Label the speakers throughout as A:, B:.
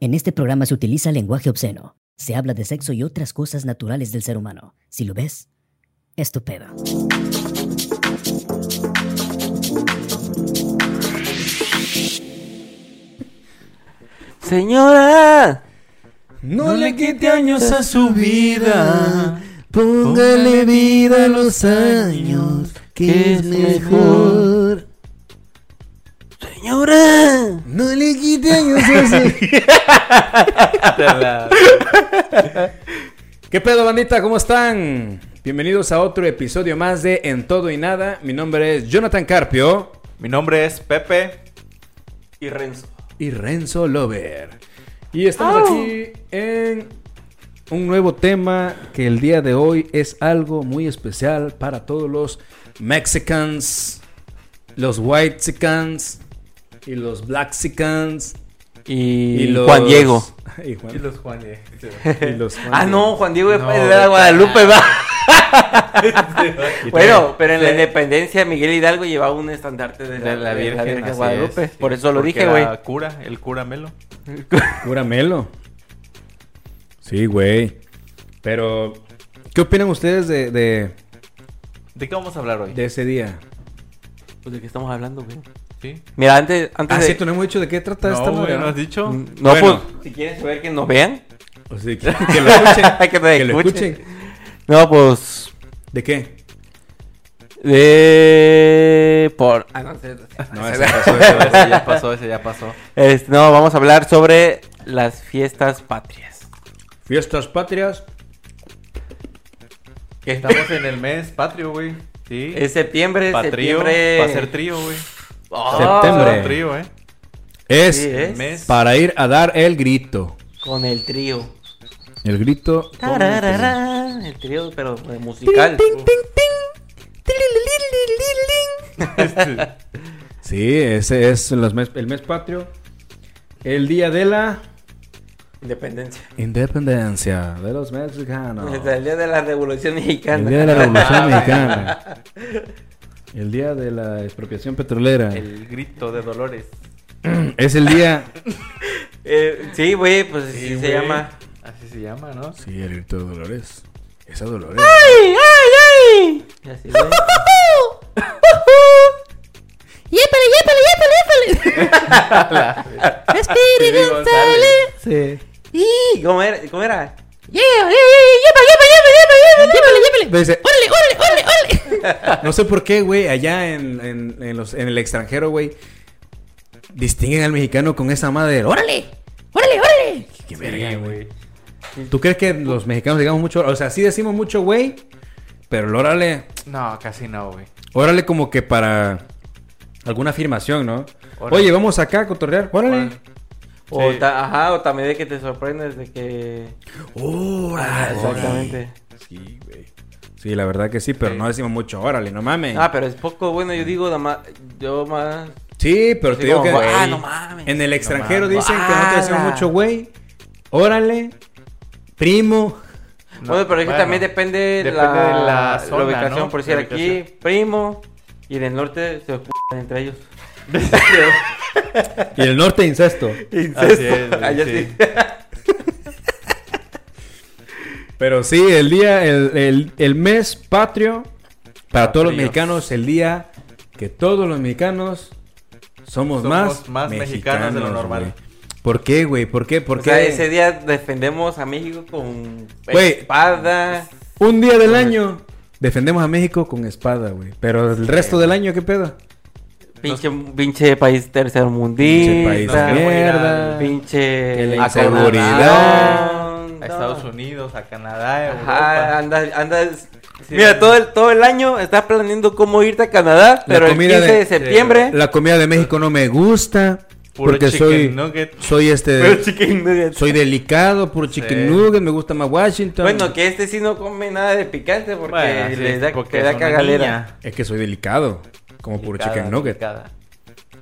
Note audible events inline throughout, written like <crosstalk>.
A: En este programa se utiliza lenguaje obsceno. Se habla de sexo y otras cosas naturales del ser humano. Si lo ves, es tu pedo.
B: Señora,
C: No, le quite años a su vida. Póngale vida a los años, que es mejor.
B: señora.
C: No le quite años a su <laughs> ¿Qué pedo, bandita? ¿Cómo están? Bienvenidos a otro episodio más de En Todo y Nada. Mi nombre es Jonathan Carpio
D: Mi nombre es Pepe.
B: Y Renzo.
C: y Renzo Lover. Y estamos aquí en un nuevo tema que el día de hoy es algo muy especial para todos los Mexicans, los Whitesicans y los Blacksicans.
B: Y,
C: Y los...
B: Juan Diego.
C: <laughs> Y Juan-
D: los Juanes.
C: y los Juan
B: <laughs> Ah,
C: Diego.
B: no, Juan Diego de-
D: No.
B: de la Guadalupe va.
D: <laughs>
C: Y
B: Bueno,
C: también-
B: pero en la independencia Miguel Hidalgo llevaba un estandarte de la,
D: De la
B: de
D: Virgen. así es.
B: Guadalupe.
D: Sí,
B: Por eso lo
D: porque
B: dije, güey.
D: era cura, el cura Melo.
C: Cúramelo. Sí, güey. Pero, ¿qué opinan ustedes de, de,
D: ¿De qué vamos a hablar hoy?
C: de ese día?
B: Pues, ¿De qué estamos hablando, güey?
D: ¿Sí?
B: Mira, antes, antes
C: Ah,
B: de...
C: cierto, no hemos dicho de qué trata esta
D: No, güey,
C: madre,
D: ¿no
C: ¿no?
D: has dicho?
B: No,
C: Bueno.
B: pues, si quieres saber que nos vean.
C: O sea, que,
B: <laughs>
C: que lo escuchen.
B: que te
C: que lo
B: escuchen.
C: escuchen.
B: No, pues...
C: ¿De qué?
B: De... Por... Ah, no, sé.
C: <laughs> No,
D: Ese
C: ese pasó, ese pasó.
D: ese ya pasó, ese ya pasó.
B: Este, no, vamos a hablar sobre las fiestas patrias.
C: Fiestas patrias.
D: Que estamos en el mes patrio, güey. Sí.
B: Es septiembre,
D: Pa' trío,
B: septiembre.
D: pa' hacer trío, güey.
B: Oh,
C: Septiembre.
D: Pa' trío, eh.
C: Es
B: Sí, ¿eh?
D: El mes.
C: para ir a dar el grito.
B: Con el trío.
C: El grito.
B: Tararara, el trío, pero eh, musical.
C: Sí, ese es los mes- el mes patrio. El día de la
B: Independencia.
C: independencia de los mexicanos.
B: Desde <laughs> el día de la Revolución Mexicana.
C: El día de la
B: <laughs>
C: revolución
D: Ah,
C: mexicana. El día de la expropiación petrolera.
D: El grito de Dolores.
C: Es
B: <laughs>
C: el día.
B: Eh, sí, güey, pues sí, se
D: güey.
B: llama.
D: Así se llama, ¿no?
C: Sí, el grito de Dolores. Esa Dolores.
B: ¡Ay, ay, ay! Y así, güey.
E: ¡Yépale, yépale, yépale, yépale! <laughs>
D: Speedy
E: ¡Espíritu
D: González.
E: González!
C: Sí.
B: ¡Y! ¿Cómo era? ¿Cómo era?
E: ¡Yeah, yeah, yeah! ¡Yépale, yépale, yépale, yépale! ¡Yépale, yépale!
C: Pero dice,
E: ¡Órale, órale, órale, órale!
C: No sé por qué, güey, allá en, en- en los, en el extranjero, güey, distinguen al mexicano con esa madre. ¡Órale!
E: ¡Órale! ¡Órale, órale!
C: ¡Qué
D: Sí,
C: verga, güey!
D: güey.
C: ¿Tú crees que los mexicanos digamos mucho? O sea, sí decimos mucho, güey, pero el órale,
D: No, casi no, güey.
C: órale como que para alguna afirmación, ¿no?
D: Órale.
C: Oye, vamos acá a cotorrear. ¡Órale!
B: O
D: Sí.
B: ta- ajá, o también de que te sorprendes de que.
C: ¡Órale!
B: Exactamente.
C: Sí, güey. Sí, la verdad que sí, pero
D: Sí.
C: no decimos mucho. ¡Órale! ¡No mames!
B: Ah, pero es poco, bueno, yo digo, nada más- yo más.
C: sí, pero te
B: sí,
C: digo que...
B: como, ah,
C: güey,
B: no mames.
C: En el extranjero
D: mames.
C: dicen que no te decimos
B: ¡Guala!
C: mucho, güey. Órale. Primo.
D: No,
B: bueno, pero es que
D: bueno.
B: también
D: <laughs>
B: depende,
D: Depende
B: la,
D: de la
B: la
D: zona,
B: ubicación,
D: ¿no?
B: por decir
D: La
B: aquí, primo, y del norte se ocupan entre ellos.
C: Y el norte incesto.
D: Así es, güey,
B: Allá
D: sí.
B: sí.
C: Pero sí, el día, el, el- el mes patrio, para todos los
D: Patrio.
C: mexicanos, el día que todos los mexicanos somos,
D: Somos
C: más,
D: más mexicanos de lo normal.
C: güey. ¿Por qué, güey? ¿Por qué? ¿Por
B: O
C: qué?
B: sea, ese día defendemos a México con
C: Güey.
B: espada.
C: Un día del año defendemos a México con espada, güey. Pero el resto del año, ¿qué pedo?
B: Pinche, pinche país
C: Pinche país de
B: tercermundista.
D: queremos ir
C: mierda. Que
B: Pinche.
C: la
B: a Canadá,
C: inseguridad.
B: no.
D: A Estados Unidos, a Canadá, a
B: Ajá,
D: Europa.
B: andas, andas- Mira, todo el, todo el año estás planeando cómo irte a Canadá, pero el
C: comida
B: 15 de,
C: de-
B: septiembre.
C: La comida de México no me gusta.
D: Puro
C: porque
D: chicken
C: soy.
D: nugget.
C: Soy este.
B: Pero chicken nuggets.
C: Soy delicado, puro chicken
D: Sí.
C: nugget, me gusta más Washington.
B: Bueno, que este sí no come nada de picante porque
D: Bueno, sí,
B: le da,
D: porque
B: te da
D: es una
B: cagalera.
D: niña.
C: Es que soy delicado, como puro
D: Delicada,
C: chicken nugget.
D: Delicada.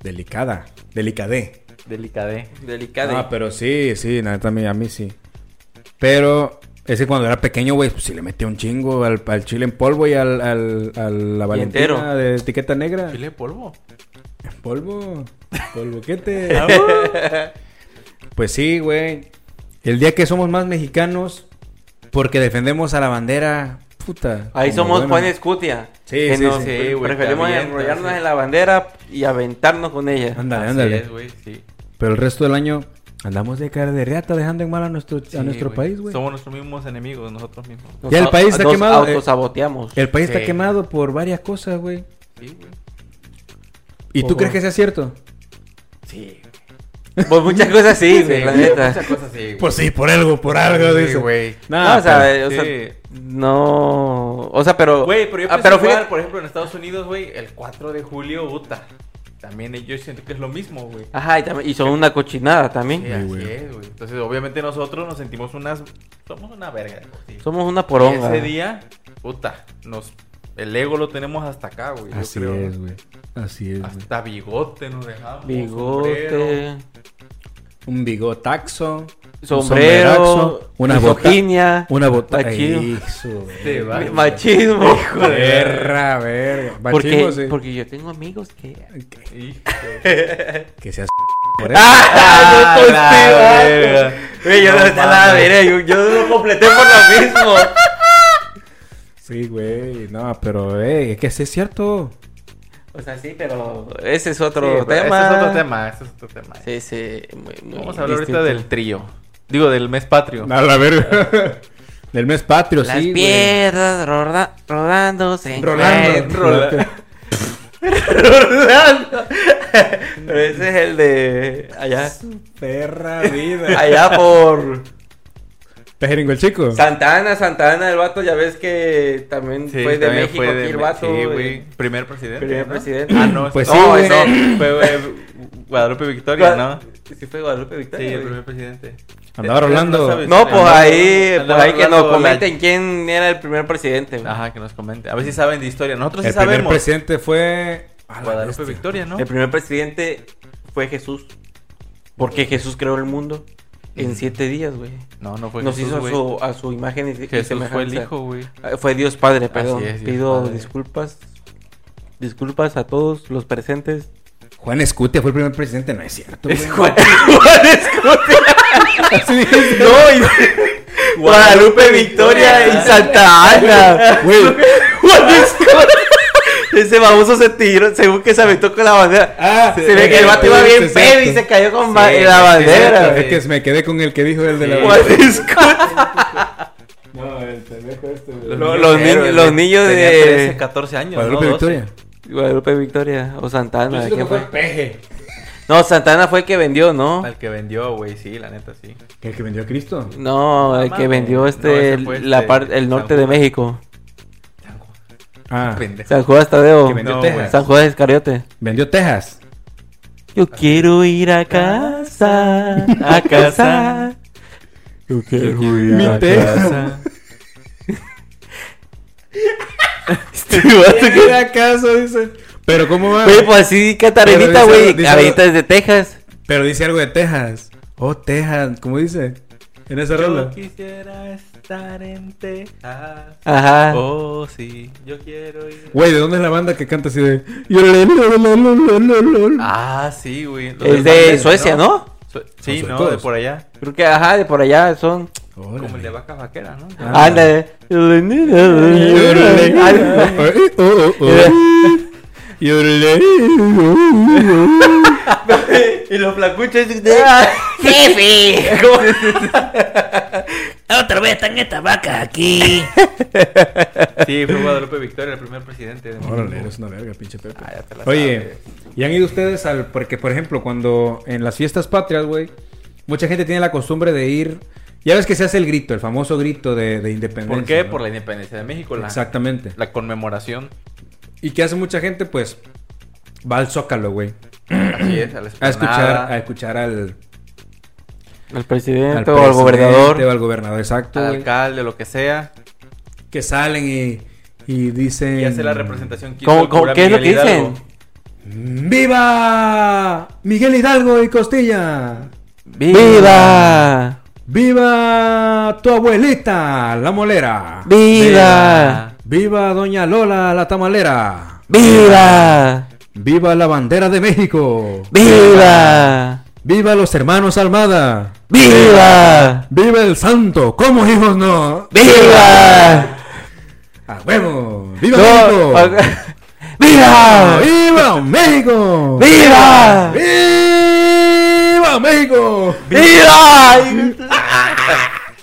C: Delicada, delicadé.
D: Delicadé.
B: Delicada.
C: Ah, pero sí, sí, la neta, a mí, a mí sí. Pero ese cuando era pequeño, güey, pues sí le metía un chingo al, al chile en polvo y al, al- a la Valentina
B: entero.
C: de etiqueta negra.
D: Chile de polvo. <laughs>
C: Polvo, polvoquete. Ah, Pues sí, güey. El día que somos más mexicanos, porque defendemos a la bandera, puta.
B: Ahí
C: como
B: somos
C: bueno.
B: Juan Escutia.
C: Sí,
B: que
C: sí,
B: nos
C: sí,
B: pre-
D: güey,
B: Preferimos
D: te avientas,
B: enrollarnos
D: sí.
B: en la bandera y aventarnos con ella.
C: Ándale,
D: Así
C: ándale.
D: es, güey, sí.
C: Pero el resto del año andamos de cara de reata, dejando en mal a nuestro,
D: Sí,
C: a nuestro país, güey.
D: Somos nuestros mismos enemigos, nosotros mismos.
B: Nos
C: Ya el
B: au-
C: país está
B: nos
C: quemado, eh.
B: autosaboteamos.
C: El país está
D: Sí.
C: quemado por varias cosas, güey.
D: Sí, güey.
C: ¿Y tú
D: Ojo.
C: crees que sea cierto?
D: Sí.
B: Por Pues muchas cosas sí, güey, la neta.
D: Muchas cosas sí, güey.
C: Pues sí, por algo, por
D: Sí,
C: dice.
D: güey.
C: Nah,
B: no, o sea,
C: pero-
B: eh, o sea,
D: sí.
B: no. O sea, pero.
D: Güey, pero yo
B: Ah,
D: pienso igual,
B: fíjate-
D: por ejemplo, en Estados Unidos, güey, el 4 de julio, puta. También yo siento que es lo mismo, güey.
B: Ajá, y, también- y son una cochinada también.
D: Sí, así
C: güey.
D: es, güey. Entonces, obviamente nosotros nos sentimos unas... Somos una verga. güey.
B: Somos una
D: Y
B: poronga.
D: Ese día, puta, nos... El ego lo tenemos hasta acá, güey. yo
C: Así
D: creo.
C: es, güey. Así es, güey.
D: Hasta bigote nos dejamos. sombrero.
B: Bigote,
C: Un bigotaxo.
B: sombrero,
C: Una boquilla.
B: misoginia,
C: Una bota.
B: machismo.
C: Eso,
D: Te va.
C: güey.
D: Ay,
B: machismo.
C: Verga, verga.
B: Porque,
C: Machismo, sí.
B: porque yo tengo amigos que. <laughs>
D: Hijo.
C: Que seas <laughs> por eso.
B: ¡Ah!
D: no, tú sí,
B: verga. Güey, yo
D: No
B: no, la
D: mames.
B: veré, yo, yo lo completé por lo mismo.
C: Sí, güey. No, pero, ey, es que sí es cierto.
B: O sea, sí, pero ese es
D: Sí,
B: otro
D: pero
B: tema.
D: Ese es otro tema, ese es otro tema.
B: Sí, sí. muy- muy
D: Vamos a hablar ahorita
B: distinto.
D: del trío. Digo, del mes patrio.
C: A la verga. <laughs> Del mes patrio,
B: Las
C: sí, güey.
B: piedras roda- rodando se <laughs>
C: Rolando.
B: encuentran.
C: <laughs>
B: Rolando. Pero ese es el de allá,
C: Perra vida.
B: allá por
C: Pejeringo el chico.
B: Santa Ana, Santa Ana, el vato, ya ves que también
D: Sí,
B: fue de
D: también
B: México aquí el
D: Me-
B: vato.
D: Sí,
B: el-
D: güey. Primer presidente.
B: Primer
D: ¿no?
B: presidente.
D: Ah, no,
C: Pues
D: pues
C: sí,
D: no,
C: güey.
D: eso fue güey, Guadalupe Victoria, ¿no?
B: Sí fue Guadalupe
D: Sí,
B: Victoria.
D: el
B: güey.
D: primer presidente.
C: Andaba
D: Eh,
C: Rolando.
D: sabes.
B: No, pues
D: Andaba-
B: ahí,
D: andaba
B: pues ahí que nos
D: hablando la-
B: comenten quién era el primer presidente. güey.
D: Ajá, que nos comente. A ver si saben de historia. Nosotros
C: El
D: sí sabemos.
C: primer presidente fue. A la
D: Guadalupe
C: bestia.
D: Victoria, ¿no?
B: El primer presidente fue Jesús. Porque Jesús creó el mundo en siete días, güey.
D: No, no Mm. fue
B: Nos
D: Jesús,
B: hizo a
D: güey.
B: su, a su imagen y, y
D: Jesús
B: semejanza.
D: fue el hijo, güey.
B: Ah, Fue Dios Padre, perdón.
D: es, Dios
B: Pido
D: Padre.
B: disculpas. Disculpas a todos los presentes.
D: <laughs>
C: Juan Escutia fue el primer presidente, no es cierto. güey.
B: Juan,
C: Así dije,
B: <laughs> No, Guadalupe Victoria y Santa Ana.
C: Güey.
B: Juan Escutia. Ese baboso se tiró, según que se aventó con la bandera.
C: Ah,
B: se ve que el vato iba bien pedo y se cayó con ba-
D: Sí,
B: la
D: sí,
B: bandera.
D: cierto,
B: güey.
C: Es que me quedé con el que dijo el de la.
B: Juan Escutia.
C: No, el pendejo este, güey.
D: Los,
B: Lo- los niños-
D: héroes,
B: los
D: güey.
B: niños
D: Tenía
B: de-
D: 13, 14 años.
C: Guadalupe
D: ¿no? 12.
C: Victoria.
B: Guadalupe Victoria o Santa Ana. ¿quién fue?
C: Peje.
B: No, Santa Ana fue el que vendió, ¿no?
D: Al que vendió, güey, sí, la neta, sí.
C: El que vendió a Cristo.
B: No,
D: Ah,
B: el que
D: mames.
B: vendió
D: No,
B: este,
D: ese fue
B: la
D: este,
B: parte el norte de
D: San Juan.
B: México.
C: Ah,
D: Pendejo.
B: San Judas Tadeo.
C: que vendió
D: No,
C: Texas.
B: San Judas Iscariote.
C: Vendió Texas.
B: Yo quiero ir a casa, a
D: <laughs>
B: casa. Yo quiero ir
C: Mi Texas.
B: Este
C: ¿Qué acaso dice? Pero cómo va.
B: Güey, pues así catarinita,
C: Pero dice-
B: güey.
C: dice-
B: Ahorita desde Texas.
C: Pero dice algo de Texas. Oh, Texas, ¿cómo dice? En esa
D: Yo
C: rola.
D: quisiera estar
B: Ah.
D: en Texas.
B: Ajá.
D: Oh, sí. Yo quiero ir.
C: Güey, ¿de dónde es la banda que canta así de? Ah,
D: Ah, sí, güey. Los
B: es de
D: Valles,
B: Suecia, ¿no?
D: Sue- sí,
C: Los
D: no,
C: suecos.
D: de por allá.
B: Creo que ajá, de por allá son.
D: Como el de vaca vaquera, ¿no?
C: Ah.
B: Ándale. Ándale. Y los flacuchos.
E: <laughs> ¡Jefe! Otra vez están estas vacas aquí.
D: Sí, fue Guadalupe Victoria, el primer presidente. de México.
C: Órale, eres una verga, pinche Pepe.
D: Ah, ya te la
C: Oye,
D: sabes.
C: ¿y han ido ustedes al...? Porque, por ejemplo, cuando en las fiestas patrias, güey, mucha gente tiene la costumbre de ir... Ya ves que se hace el grito, el famoso grito de, de independencia.
D: ¿Por qué?
C: ¿no?
D: Por la independencia de México. La,
C: Exactamente.
D: La
C: <clears throat>
D: conmemoración.
C: ¿Y qué hace mucha gente? Pues va al Zócalo, güey.
D: Así es, a la
C: A escuchar,
D: explanada,
C: a escuchar al...
B: Al presidente
C: al
B: o al
C: presidente
B: gobernador.
C: o al gobernador, exacto.
D: al
C: güey.
D: alcalde, lo que sea.
C: Que salen y, y dicen...
D: Y hace la representación. que hizo
B: ¿Cómo-
D: el
B: cómo-
D: cura
B: qué es lo
D: Miguel
B: que
D: Hidalgo.
B: dicen?
C: ¡Viva! Miguel Hidalgo y Costilla.
B: ¡Viva!
C: ¡Viva tu abuelita, la molera!
B: ¡Viva!
C: ¡Viva Doña Lola, la tamalera!
B: ¡Viva!
C: ¡Viva la bandera de México!
B: ¡Viva!
C: ¡Viva los hermanos Almada!
B: ¡Viva!
C: ¡Viva el santo! ¿Cómo hijos no?
B: ¡Viva!
C: ¡A huevo! ¡Viva
B: No, <laughs>
C: México!
B: a- ¡Viva!
C: ¡Viva México!
B: ¡Viva!
C: ¡Viva México!
B: ¡Viva!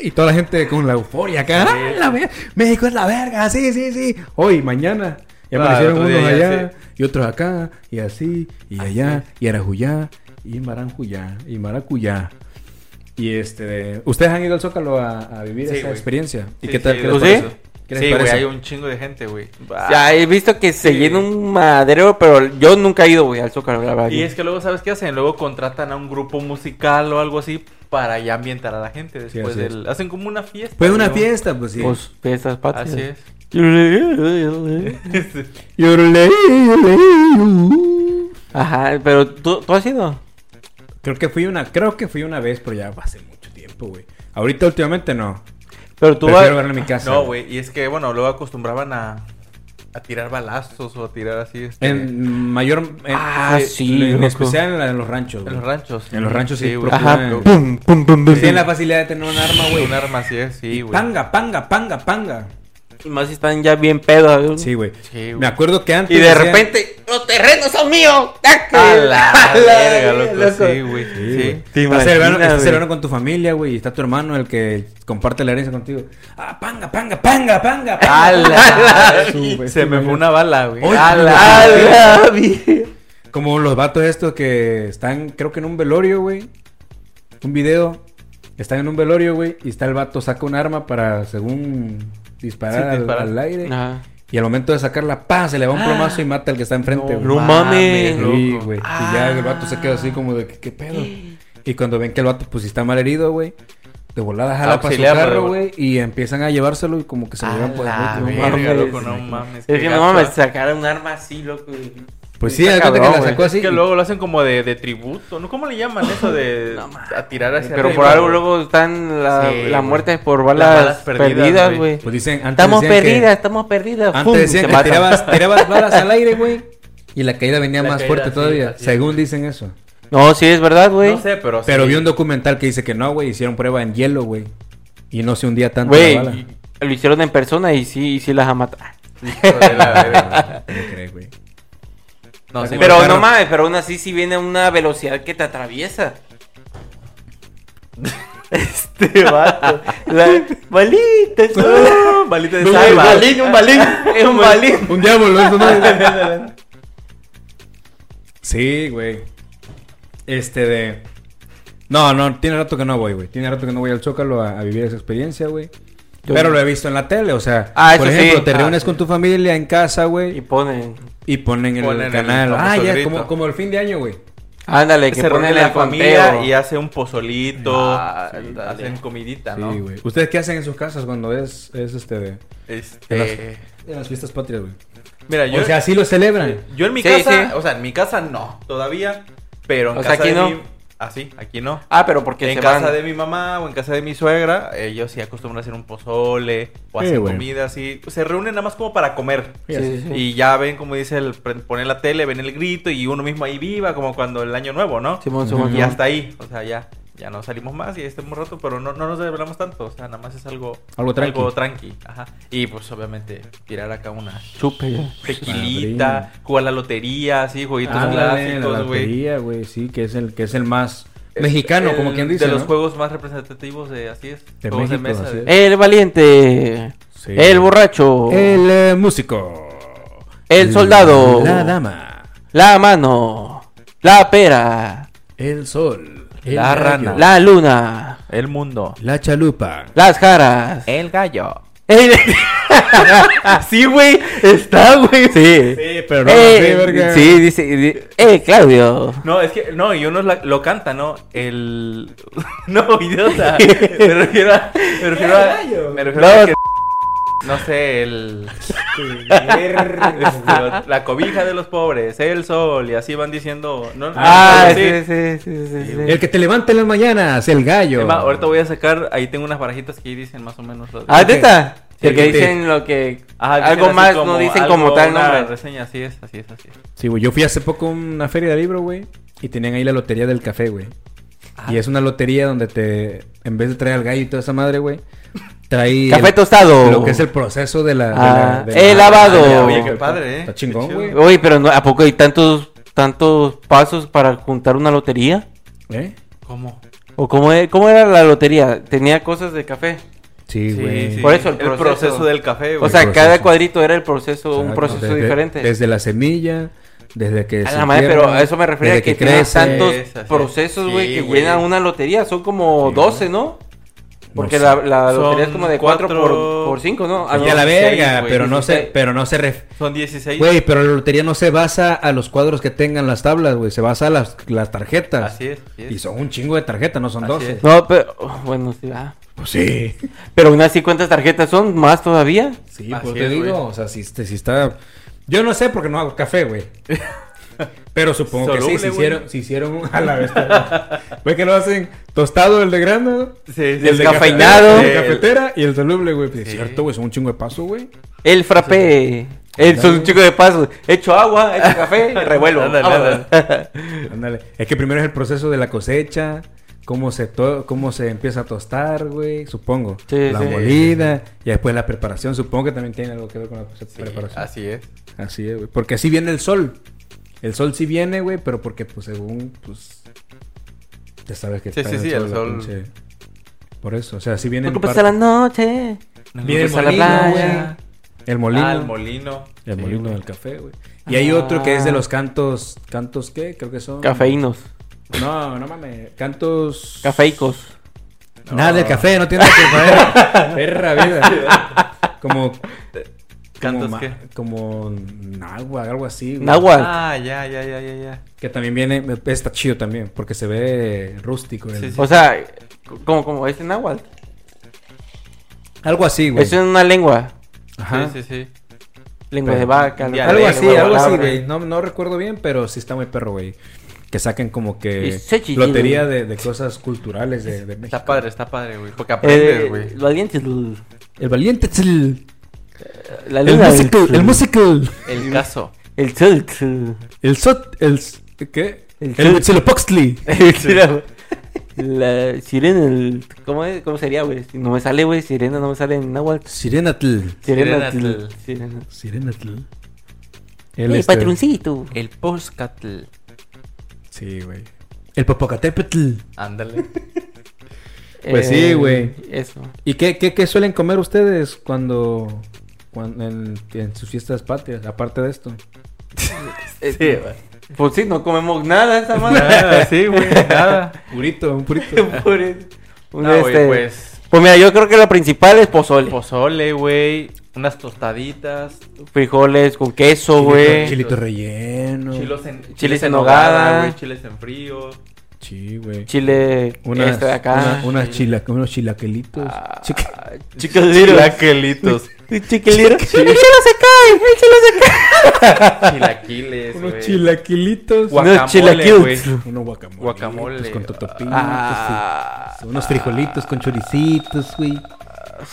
C: Y toda la gente con la euforia acá. ¡Ah, la ver- México es la verga, sí, sí, sí. Hoy, mañana. Ya
D: Ah,
C: aparecieron
D: otro
C: unos
D: día ya,
C: allá y otros acá, y así, y allá, y Arajuyá, y Maranjuyá, y Maracuyá. Y este, ¿ustedes han ido al Zócalo a, a vivir
D: Sí,
C: esa
D: güey.
C: experiencia? ¿Y
D: Sí,
C: qué tal?
D: sí,
C: ¿Qué les
D: ¿sí?
C: pareció? ¿Qué les
D: Sí, güey,
C: parece?
D: hay un chingo de gente, güey. eh,
B: Ya he visto que se llena un madrero, pero yo nunca he ido, güey, al Zócalo, la verdad.
D: Y es que luego, ¿sabes qué hacen? Luego contratan a un grupo musical o algo así para ya ambientar a la gente después
C: así es.
D: del... Hacen como una fiesta.
C: Fue una
D: ¿no?
C: fiesta, pues sí.
B: Pues, fiestas patrias.
D: Así es. <laughs>
C: Yorulei, yorulei.
B: <laughs> Ajá, pero ¿tú, tú has ido.
C: Creo que fui una, creo que fui una vez, pero ya hace mucho tiempo, güey. Ahorita últimamente no.
B: Pero tú vas.
C: Prefiero verlo en mi casa.
D: No, güey. Y es que, bueno, luego acostumbraban a, a tirar balazos o a tirar así... este,
C: En mayor. en-
B: Ah,
C: eh,
B: sí,
C: En
B: loco.
C: especial en, la- en los ranchos.
D: en
C: güey.
D: los ranchos.
C: En los ranchos sí,
D: güey.
C: procuran-
B: Ajá.
D: Luego-
B: Pum, pum, pum, pum,
C: Tienen la
B: pum.
C: facilidad de tener un arma, güey.
D: Un arma así es, sí, güey.
C: Panga, panga, panga, panga.
B: Y más si están ya bien pedos. güey.
C: Sí, güey.
D: Sí, güey.
C: Me acuerdo que antes.
B: Y de
C: decían-
B: repente, los terrenos son míos.
D: A la,
B: A la
D: verga, loco,
B: loco.
D: Sí, güey.
C: Sí,
D: sí.
C: güey.
B: Te
C: Estás
B: imaginas,
C: celebrando, estás
B: güey.
C: celebrando con tu familia, güey. Y está tu hermano el que comparte la herencia contigo. Ah, panga, panga, panga, panga. panga.
D: ¡Ala!
C: Sí, güey,
D: Se
C: sí,
D: me
C: güey.
D: fue una bala, güey.
C: Oye, <laughs>
D: ¡Ala!
B: A la vie-
C: Como los vatos estos que están, creo que en un velorio, güey. Un video. Están en un velorio, güey. Y está el vato, saca un arma para, según, disparar,
D: Sí,
C: al-
D: disparar. Ah.
C: Al, aire.
B: Ajá.
C: Y al momento de sacarla, ¡pam! Se le va un plomazo y mata al que está enfrente,
B: No
C: güey.
B: mames,
C: Sí,
D: loco.
C: güey. Y ya el vato se queda así como de, ¿qué, qué pedo? Y cuando ven que el vato, pues, está mal herido, güey. De volada
D: Ah,
C: jala para su
D: Auxiliar,
C: carro,
D: güey.
C: güey. Y empiezan a llevárselo y como que se lo
D: A
C: llevan por
D: la
C: el
D: verga,
C: mames.
D: loco, no mames,
B: Es que
D: qué
B: no mames,
D: gacho.
B: sacar un arma así, loco.
C: Pues sí, de cuenta que
B: cabrón,
C: la
B: güey.
C: sacó así.
D: Es que luego lo hacen como de, de tributo, ¿no? ¿Cómo le llaman eso de
B: No, ma.
D: a tirar hacia
B: Pero
D: arriba,
B: por algo
D: güey?
B: luego están la,
D: Sí,
B: la
D: güey.
B: muerte por
D: Las
B: balas,
D: balas perdidas,
B: perdidas,
D: güey.
B: güey.
C: Pues dicen, antes
B: Estamos
C: decían que-
B: perdidas, estamos perdidas. ¡Fum!
C: Antes decían
B: Se
C: que
B: matan.
C: tirabas, tirabas balas al aire, güey. Y la caída venía
D: La
C: más
D: caída,
C: fuerte
D: sí,
C: todavía.
D: así es.
C: Según dicen eso.
B: No, sí, es verdad, güey.
D: No sé, pero
C: Pero
D: sí.
C: vi un documental que dice que no, güey. Hicieron prueba en hielo, güey. Y no se hundía tanto
B: Güey,
C: la bala.
B: <laughs> y- lo hicieron en persona y sí, y sí las ha matado.
D: <laughs> Ah, Hijo de la verga.
C: ¿Cómo crees, Ah, güey?
D: No, sí,
B: Pero
C: el
B: no
C: carro.
B: mames, pero aún así sí viene a una velocidad que te
D: <laughs>
B: atraviesa. <laughs> este vato. La... Balita, <laughs> es
D: No, Balita de salva.
B: un
D: <laughs>
B: balín. Es un balín.
C: Un diablo, eso no. sí, güey. Este de. No, no, tiene rato que no voy, güey. Tiene rato que no voy al Zócalo a, a vivir esa experiencia, güey.
B: Yo-
C: Pero lo he visto en la tele, o sea,
B: Ah,
C: por
B: eso sí.
C: ejemplo, te
B: Ah,
C: reúnes
B: sí.
C: con tu familia en casa,
B: Y
C: güey,
B: ponen.
C: y ponen el
D: Ponen el
C: canal. ah,
D: famoso
C: ya,
D: grito.
C: como, como el fin de año, güey.
B: Ándale, que
D: se reúne
B: ponen
D: la
B: el
D: familia y
B: conteo.
D: hace un pozolito,
B: Ah,
D: sí,
B: dale.
D: hacen comidita,
C: Sí,
D: Ah, ¿no?
C: güey. ¿Ustedes qué hacen en sus casas cuando es, es este de,
D: Este,
C: de las fiestas patrias, güey?
D: mira, yo
C: O sea, sí lo celebran.
D: yo en mi
B: Sí,
D: casa,
B: sí.
D: o sea, en mi casa no, todavía, pero en
B: O sea,
D: casa
B: aquí
D: de
B: no.
D: mi- así, aquí no.
B: Ah, pero porque
D: en
B: se
D: casa
B: van.
D: de mi mamá o en casa de mi suegra, ellos sí acostumbran a hacer un pozole o
C: Sí,
D: hacen
C: güey.
D: comida así. Se reúnen nada más como para comer.
B: Sí, sí, sí.
D: Y ya ven, como dice, el, pre- ponen la tele, ven el grito y uno mismo ahí viva, como cuando el año nuevo, ¿no?
B: Simón, Simón,
D: y
B: Simón.
D: hasta ahí, o sea, ya, ya no salimos más y ahí estamos un rato, pero no, no nos desvelamos tanto, o sea, nada más es algo...
C: Algo tranqui.
D: tranqui, ajá. Y pues obviamente tirar acá una
B: Chupe ya.
D: tequilita, jugar la lotería, así, jueguitos
C: Ándale, la
D: clásicos, güey.
C: lotería, güey, sí, que es el que es el más mexicano,
D: El-
C: como quien dice,
D: De los
C: ¿no?
D: juegos más representativos de así es.
C: De
D: juegos
C: México, así
D: de-
C: es.
B: El valiente.
C: Sí.
B: El borracho.
C: El eh, músico.
B: El soldado.
C: La dama.
B: La mano. La pera.
C: El sol. el
D: La
C: rayo,
D: rana.
C: La,
B: La luna.
D: El mundo.
C: chalupa.
B: Las jaras.
D: El gallo.
B: El- <laughs> sí, güey. Está, güey. Sí.
C: pero
B: Eh, sí, dice. di- Eh, Claudio.
D: No, es que, no, y uno la- lo canta, ¿no? El. <laughs> No,
B: <laughs>
D: idiota. Me refiero a. Me refiero a. Me refiero a.
B: No.
D: que- No sé, el. este, la cobija de los pobres, el sol, y así van diciendo. No,
B: Ah,
D: no, sí.
B: sí, sí, sí, sí, sí.
C: El que te levanta en las mañanas, el gallo.
D: Es más, ahorita voy a sacar. Ahí tengo unas barajitas que dicen más o menos. Lo de-
B: Ah, ¿neta?
C: Sí,
B: El que
C: sí. Ah,
B: dicen lo que.
D: Ajá, dicen
B: algo
D: así
B: más,
D: como
B: no dicen
D: algo,
B: como tal
D: una
B: nombre.
D: reseña, así es, así es, así es.
C: Sí, güey, yo fui hace poco a una feria de libro, güey, y tenían ahí la lotería del café, güey.
D: Ah.
C: Y es una lotería donde te, en vez de traer al gallo y toda esa madre, güey, trae...
B: Café
C: el-
B: tostado.
C: Lo que es el proceso de la... de
B: Ah,
C: la- de la-
B: el lavado.
C: de la-
D: Oye, qué padre, ¿eh?
C: Está chingón,
D: Qué
C: güey.
D: chido.
B: Oye, pero no- ¿a poco hay tantos, tantos pasos para juntar una lotería?
C: ¿Eh?
D: ¿Cómo?
B: ¿O cómo, e- cómo era la lotería? ¿Tenía cosas de café?
C: Sí, güey.
B: Por eso el proceso.
D: del café,
B: O
D: güey.
B: sea,
C: El
B: cada
C: proceso.
B: cuadrito era el proceso, un
C: Exacto.
B: proceso
C: Desde-
B: diferente.
C: Desde la semilla, desde que...
B: a
C: se
B: la madre,
C: entierra,
B: pero a eso me refería
C: desde
B: que, tienes
C: crece.
B: tantos
D: Sí, sí, sí.
B: procesos, güey,
D: Sí,
B: que
D: güey.
B: llenan una lotería. Son como
C: Sí,
B: 12, ¿no? Porque
C: sé.
B: la, la
D: Son
B: lotería es como de 4
D: cuatro-
B: por 5, ¿no?
C: Y a la
B: no,
C: verga,
B: seis, güey,
C: pero no se,
B: dieciséis.
C: pero no se ref-
D: Son 16.
C: Güey, pero la lotería no se basa a los cuadros que tengan las tablas, güey. Se basa a las, las tarjetas.
D: Así es, así es.
C: Y son un chingo de tarjetas, no son
D: Así
C: 12.
D: es.
B: No, pero... oh, bueno, sí, ah.
C: Pues sí.
B: Pero unas 50 tarjetas son más todavía.
C: Sí,
D: Así
C: pues te
D: es,
C: digo,
D: güey.
C: o sea, si, este- si está... Yo no sé porque no hago café,
D: <laughs>
C: güey. Pero supongo que sí,
D: Soluble,
C: si
D: güey.
C: hicieron, si hicieron un- a la vez.
D: <laughs>
C: Güey, que lo hacen tostado el de grano,
D: Sí, sí,
B: El
D: sí.
B: cafeinado.
C: el de
D: El-
C: cafetera y el soluble, güey. Pues Es
D: Sí.
C: cierto, güey, son un chingo de paso, güey.
B: El frappé. El, son un chico de pasos. Hecho agua,
D: <laughs>
B: hecho café, revuelvo.
D: Ándale,
B: vámonos.
C: Ándale. Es que primero es el proceso de la cosecha, cómo se, to- cómo se empieza a tostar, güey, supongo.
B: Sí,
C: la
B: sí.
C: molida, y después la preparación, supongo que también tiene algo que ver con la pre-
D: Sí,
C: preparación. Así.
D: así es.
C: es, güey. Porque así viene el sol. El sol sí viene, güey, pero porque, pues, según, pues, te sabes que
D: Sí,
C: está
D: sí, sí, el
C: la
D: sol.
C: pinche- Por eso, o sea, sí viene
B: Porque pasa la noche.
C: Viene el
B: pasa la
C: molino,
B: playa.
C: güey. El molino.
D: Ah, el molino.
C: El
D: Sí,
C: molino
D: güey.
C: del café, güey. Y hay otro que es de los cantos, ¿cantos qué? Creo que son...
B: Cafeínos.
C: No, no mames. Cantos.
B: Cafeicos.
C: Nada del café, no tiene nada que ver. <laughs> Perra vida. Como.
D: ¿Cantos
C: como ma-
D: qué?
C: Como náhuatl, algo así. güey.
B: Náhuatl.
D: Ah, ya, ya, ya, ya, ya.
C: Que también viene. Está chido también, porque se ve rústico. el-
D: Sí, sí.
B: O sea, como, como es en náhuatl.
C: Algo así, güey.
B: Es en una lengua.
C: Ajá.
D: Sí, sí, sí.
B: Lengua
C: Pero-
B: de vaca.
D: Ya,
B: lengua
C: Algo
B: de
C: así,
B: huevo,
C: algo así,
B: cabra.
C: güey. No, no recuerdo bien, pero sí está muy perro, güey. Que saquen como
B: Y
C: que.
B: se chilló,
C: Lotería
B: güey.
C: de, de cosas culturales de, de México.
D: Está padre, está padre, güey. Porque
B: Eh,
D: aprendes, güey.
B: los dientes, l-
C: El valiente. tsil,
B: La
C: El
B: luna.
C: músico. El músico.
D: El caso.
B: El
C: <laughs>
B: tilt.
C: El sot. El. ¿Qué?
B: El
C: El,
B: sol.
C: Huitzilopochtli.
B: La sirena. el- ¿Cómo, es? ¿Cómo sería, güey? Si No me sale, güey. Sirena no me sale en náhuatl.
C: Sirenatl.
B: Sirena.
D: Sirenatl.
B: tl- sirena.
C: Sirenatl.
B: El
C: este-
B: patroncito.
D: El postcatl.
C: Sí, güey. El Popocatépetl.
D: Ándale.
C: Pues sí, güey.
B: Eh, Eso.
C: ¿Y qué, qué, qué suelen comer ustedes cuando, cuando en, en sus fiestas patrias, aparte de esto?
B: Eh,
D: Sí, güey.
B: Pues sí, no comemos nada esa madre.
D: Nada, sí, güey. Nada.
C: <laughs> Purito, un purito.
B: <laughs> Por eso. Un
D: No, güey,
B: este-
D: pues.
B: Pues mira, yo creo que lo principal es pozole.
D: Pozole, güey. Unas tostaditas.
B: Frijoles con queso,
C: Chilito,
B: güey.
C: chilito relleno.
D: Chilos en,
B: Chiles en nogada.
D: güey. Chiles en frío.
C: Sí, güey.
B: Chile
C: Unas,
B: este de acá.
C: una- unas chila- unos chilaquelitos.
B: Ah,
C: Chica-
B: Chiquiliro.
D: Chilaquelitos.
B: Chiquiliro. El chile se cae. El chile se cae.
D: Chilaquiles,
C: unos
D: güey.
C: chilaquilitos.
D: Guacamole,
B: Unos chilaquiles.
D: güey.
C: Unos guacamole.
D: Guacamole.
C: Con totopitos.
B: Ah.
C: sí. Unos frijolitos con choricitos, güey.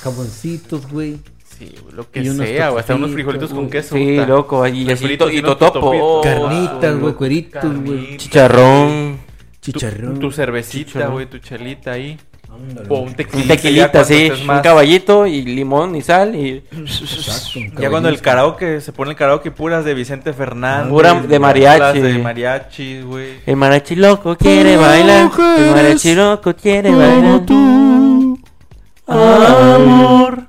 C: Jaboncitos, güey.
D: Sí, güey, lo que
C: Y unos
D: sea, güey. Hasta unos
C: tostotitos,
D: frijolitos con
C: güey.
D: queso.
B: Sí,
D: puta.
B: loco. Y, así,
D: Frijolitos
B: to- y
D: y unos
B: totopo.
D: totopitos.
B: Oh,
C: Carnitas, güey,
B: loco.
C: cueritos, güey.
D: Carnitas.
B: Chicharrón.
D: Tu-
C: Chicharrón.
D: Tu, cervecita,
B: Chicharrón.
D: güey, tu chelita ahí.
C: Ándale.
D: O un tequilita.
B: Un
D: ya cuando
B: tequilita, sí.
D: estés
B: Un
D: más-
B: caballito y limón y sal y...
C: Exacto, un
D: Ya cuando el
C: caballito.
D: karaoke, se pone el karaoke puras de Vicente Fernández.
B: Pura de
D: puras
B: mariachi.
D: de mariachi, güey.
B: El mariachi loco quiere bailar. El mariachi loco quiere bailar. Amor.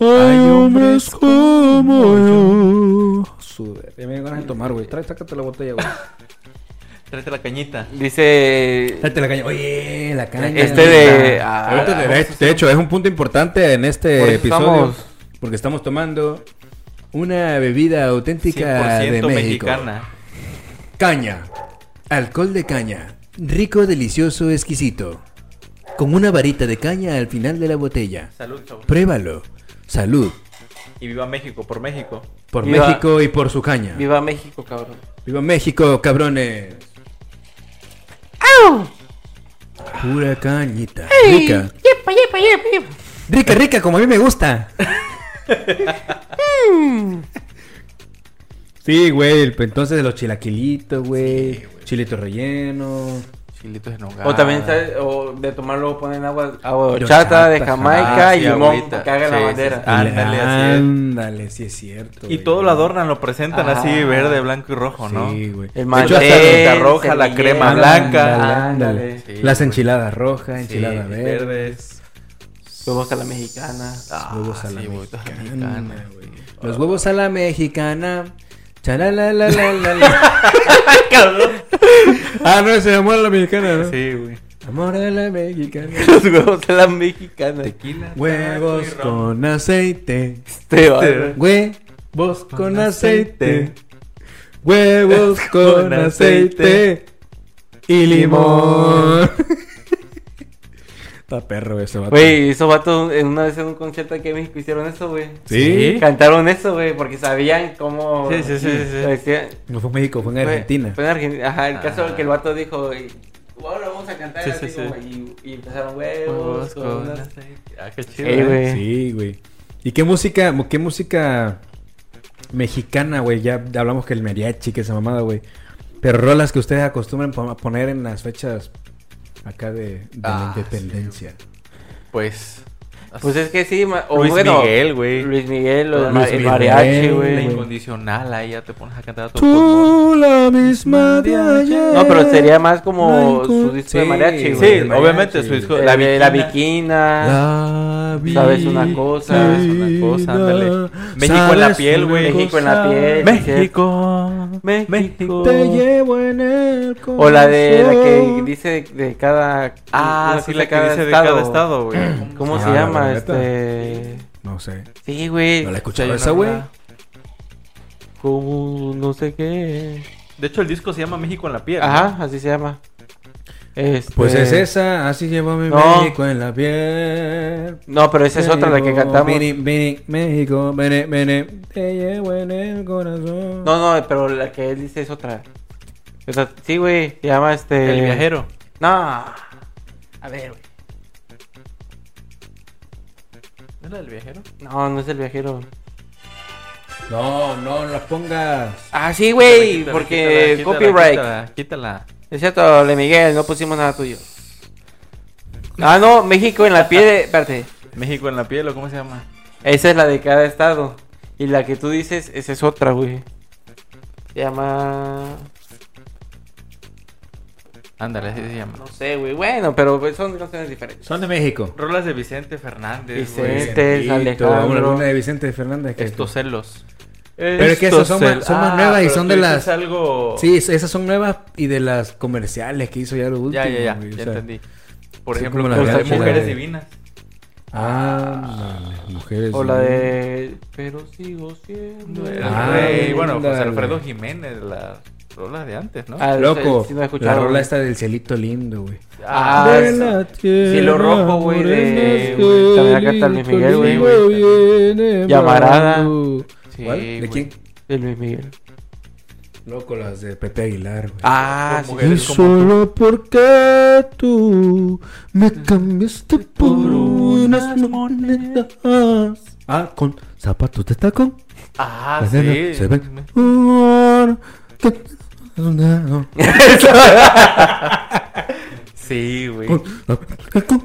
C: Hay hombres como yo. Sube. Ya me dio ganas de tomar, güey. Trae, sácate la botella, <laughs> güey.
D: Tráete la cañita.
B: Dice.
C: Tráete la caña. Oye, la caña.
B: Este de- ah,
C: Ahorita te- de, hecho, es un punto importante en este
B: Por eso
C: episodio.
B: estamos-
C: Porque estamos tomando una bebida auténtica de
D: 100%
C: México.
D: mexicana.
C: Caña. Alcohol de caña. Rico, delicioso, exquisito. Con una varita de caña al final de la botella.
D: Salud, chavos.
C: Pruébalo. Salud.
D: Y viva México, por México.
C: Por
B: Viva-
C: México y por su caña.
B: Viva
C: Viva,
B: México, cabrón.
C: México, cabrones. Pura cañita. Rica.
E: Yepa, yepa, yepa, yepa.
C: Rica, rica, como a mí me gusta.
E: <laughs>
C: sí, güey. el- Entonces los chilaquilitos, güey. Chilitos rellenos.
D: Chilitos en nogada.
B: O también está, o de tomarlo ponen agua, agua de
C: De
B: horchata de
C: horchata,
B: Jamaica
D: ah,
B: y
D: sí,
B: limón
D: agüita.
B: para que haga la
D: Sí, sí,
B: bandera.
D: sí. Ándale, así es.
C: Ándale, sí es cierto.
D: Y
C: güey.
D: todo lo adornan, lo presentan
B: Ah.
D: así verde, blanco y rojo, ¿no?
C: Sí, güey.
B: El
D: De hecho, hasta la
B: mantel,
D: nota roja, la
B: servilleta.
D: crema
C: Ándale, ándale.
D: blanca.
B: ándale.
D: Sí,
C: Las
D: güey.
C: enchiladas rojas,
D: Sí,
C: enchiladas verdes.
D: verdes.
B: Huevos a la mexicana.
D: Ah,
C: huevos a la
D: sí, huevitos a la
C: mexicana.
D: mexicana,
C: güey.
D: güey.
C: Los huevos a la mexicana.
D: <laughs>
C: Charalalalalala. ah, no, ese amor a la mexicana, ¿no?
D: Sí, güey.
C: Amor a la mexicana.
B: <laughs> Los huevos a la mexicana.
D: Tequila.
C: Huevos
D: taco y ron.
C: con aceite.
B: Este va.
C: Huevos con aceite. Huevos <laughs> con
D: Con
C: aceite.
D: aceite.
C: Y limón. <laughs> Está perro ese vato.
B: Güey, esos vatos en una vez en un concierto aquí en México hicieron eso, güey.
C: ¿Sí?
B: Cantaron eso, güey, porque sabían cómo.
D: Sí, sí, sí, sí, sí.
B: lo decían.
C: No fue en México, fue en Argentina.
B: Fue en Argentina. Ajá, el caso
D: Ah.
B: que el vato dijo. y- Ahora vamos a cantar
D: Sí,
B: así
D: sí, sí.
B: como, y, y empezaron huevos
D: Huevos
B: con
D: con
B: una-
D: aceite. Ah, qué chido.
B: Sí,
D: ¿eh?
B: güey.
C: Sí, güey. ¿Y qué música, qué música mexicana, güey? Ya hablamos que el mariachi, que esa mamada, güey. Pero rolas que ustedes acostumbran po- a poner en las fechas acá de, de
D: Ah,
C: la independencia.
D: Pues.
B: Pues es que sí, ma- o
D: Luis
B: bueno,
D: Miguel, güey.
B: Luis Miguel, o el,
C: Luis
B: el
C: Miguel,
B: mariachi,
D: La
B: güey.
C: güey.
D: incondicional, ahí ya te pones a cantar a tu pulmón.
C: Tú la misma de ayer.
B: No, pero sería más como
C: Blanco.
B: su disco de
C: Sí,
B: mariachi,
D: Sí,
B: güey.
C: El
D: obviamente
C: mariachi.
D: su disco.
B: Eh,
D: La
B: de La
D: Viquina.
B: Viquina.
C: La
B: Sabes una cosa, sabes
D: una
C: vida,
D: cosa, ándale. México en la
C: sabes
D: piel,
C: una
D: güey.
B: México en la
C: cosa.
B: piel.
D: México.
B: México.
C: Te llevo en el corazón.
B: O la de la que dice de cada.
D: Ah,
B: una
D: sí,
B: cosa
D: la que dice de cada estado, güey. <clears throat>
B: ¿Cómo
C: Ah,
B: se
C: la
B: llama?
C: verdad.
B: Este.
C: No sé.
B: Sí, güey.
C: No la he
D: Escucha,
C: escuchado
D: yo no
C: esa, güey.
D: la-
B: Como no sé qué.
D: De hecho, el disco se llama México en la piel. ¿no?
B: Ajá, así se llama. Este...
C: Pues es esa, así llevo mi
B: No.
C: México en la piel.
B: No, pero esa es otra la que
C: México,
B: cantamos.
C: vení, vení, México, vene, vene, te llevo en el corazón.
B: No, no, pero la que él dice es otra. O sea, sí, güey, se llama este.
D: El viajero.
B: No. A ver, güey.
D: ¿No era el viajero?
B: No, no es el viajero.
C: no, no las pongas.
B: Ah, sí, güey,
D: Quítala,
B: porque
D: quítala,
B: copyright.
D: Quítala, quítala.
B: Es cierto, Le Miguel, no pusimos nada tuyo. Ah, no, México en la piel. de- Espérate.
D: México en la piel, ¿o cómo se llama?
B: Esa es la de cada estado. Y la que tú dices, esa es otra, güey. Se llama.
D: Ándale, así se llama.
B: No sé, güey. Bueno, pero pues, son canciones diferentes.
C: Son de México.
D: Rolas de Vicente Fernández,
B: Vicente.
D: güey.
B: Este es
C: Vicentito,
B: Alejandro.
C: Pues, Una, una de Vicente Fernández. que-
D: Estos celos. Ah,
C: Pero es que esas son más- son más nuevas y
D: pero
C: son
D: tú
C: de
D: dices
C: las-
D: algo...
C: Sí, es- esas son nuevas y de las comerciales que hizo ya lo último.
D: Ya, ya, ya,
C: güey, o
D: ya
C: sea.
D: entendí. Por
C: sí,
D: ejemplo,
C: como la
D: las de
B: gacha,
D: Mujeres
C: la de-
D: Divinas.
C: Ah, ándale, mujeres.
B: O la
C: ¿no?
B: de. Pero sigo siendo. el
D: El
C: Ah,
D: rey, Eh, bueno, José
C: ándale.
D: Alfredo Jiménez, las rolas de antes, ¿no?
B: Ah,
C: Loco,
B: sí, sí, no he
C: la
B: escuchado,
C: rola
B: güey.
C: esta del cielito lindo, güey.
B: Ah,
D: Ah,
B: sí.
D: esa.
B: Cielo Rojo, güey, de- también acá está Luis Miguel, güey,
C: güey.
B: Llamarada.
D: Sí,
C: ¿Cuál?
D: güey.
C: ¿De quién?
B: De Luis Miguel.
C: Loco, las de Pepe Aguilar, güey.
B: Ah, sí.
D: mujeres como
C: porque tú me cambiaste por unas monedas. Ah, con zapatos de tacón.
D: Ah,
C: las
D: sí.
C: nenas Se ven. mejor que- No.
D: <laughs> Sí, güey.
C: Con tacón.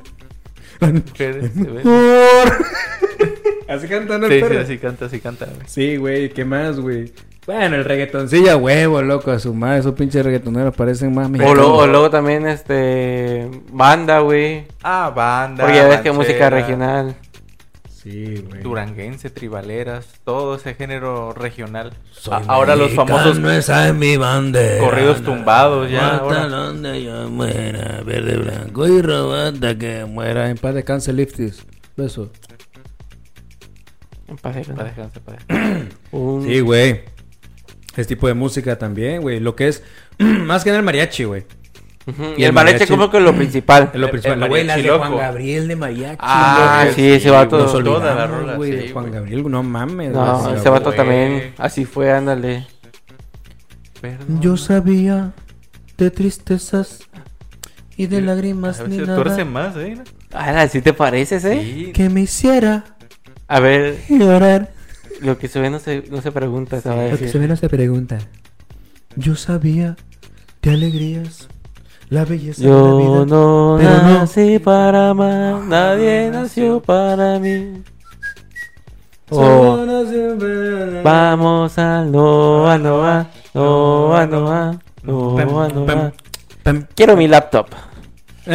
D: Mujeres se ven.
C: Mejor. <laughs> Así cantan el
D: Sí, sí,
C: perro.
D: así canta, así canta, güey.
C: Sí, güey, ¿qué más, güey? Bueno, el reggaetoncillo a huevo, loco, a su madre, esos pinches reggaetoneros parecen más
B: O,
C: mexicanos.
B: lo- o luego también, este. Banda, güey.
D: Ah, banda.
B: Porque ya ves que música
D: ranchera,
B: regional.
C: Sí, güey.
D: Duranguense, tribaleras, todo ese género regional.
C: Soy
D: A- ahora los
C: mexicano,
D: famosos
C: esa es mi bandera.
D: corridos tumbados ya.
C: Hasta
D: ahora.
C: donde yo muera, verde, blanco y robata que muera. En paz descanse, Lifties. Beso.
B: En paz,
D: Para
B: déjame.
D: descansar, para descansar.
B: Un-
C: Sí, güey. Ese tipo de música también, güey. Lo que es, <clears throat> más que nada el mariachi, güey.
B: Ujú,
C: Y
B: Y
C: el
B: el
C: mariachi.
B: mariachi como que lo principal.
C: Es lo
D: El-
C: principal.
D: el
C: Güey, las
D: mariachi
C: de Juan
D: loco.
C: Gabriel de mariachi.
B: Ah,
C: loco.
B: sí, ese vato-
C: Nos
B: toda
D: Toda
C: olvidamos,
D: la rola,
C: güey, de
D: sí,
C: Juan
D: güey.
C: Gabriel, no mames.
B: No,
C: güey.
B: ese vato
D: güey.
B: también. Así fue, ándale.
D: Perdón.
C: Yo sabía de tristezas y de lágrimas
D: A
C: ni
D: veces
C: nada
D: tuerce más, ¿eh?
B: Ah, ¿sí te pareces, eh?
D: Sí.
C: que me hiciera
B: A ver,
C: llorar.
B: lo que se ve no se, no se pregunta, se va a
C: Lo que
B: decir.
C: se menos se pregunta. Yo sabía de alegrías La belleza de la vida.
B: Yo no
C: pero no. Ah,
B: nací para amar, nadie nació para mí. Oh, vamos al Noa Noa,
C: Ah,
B: Noa Noa, Noa Noa.
C: Pam.
B: Quiero mi laptop.
C: <laughs>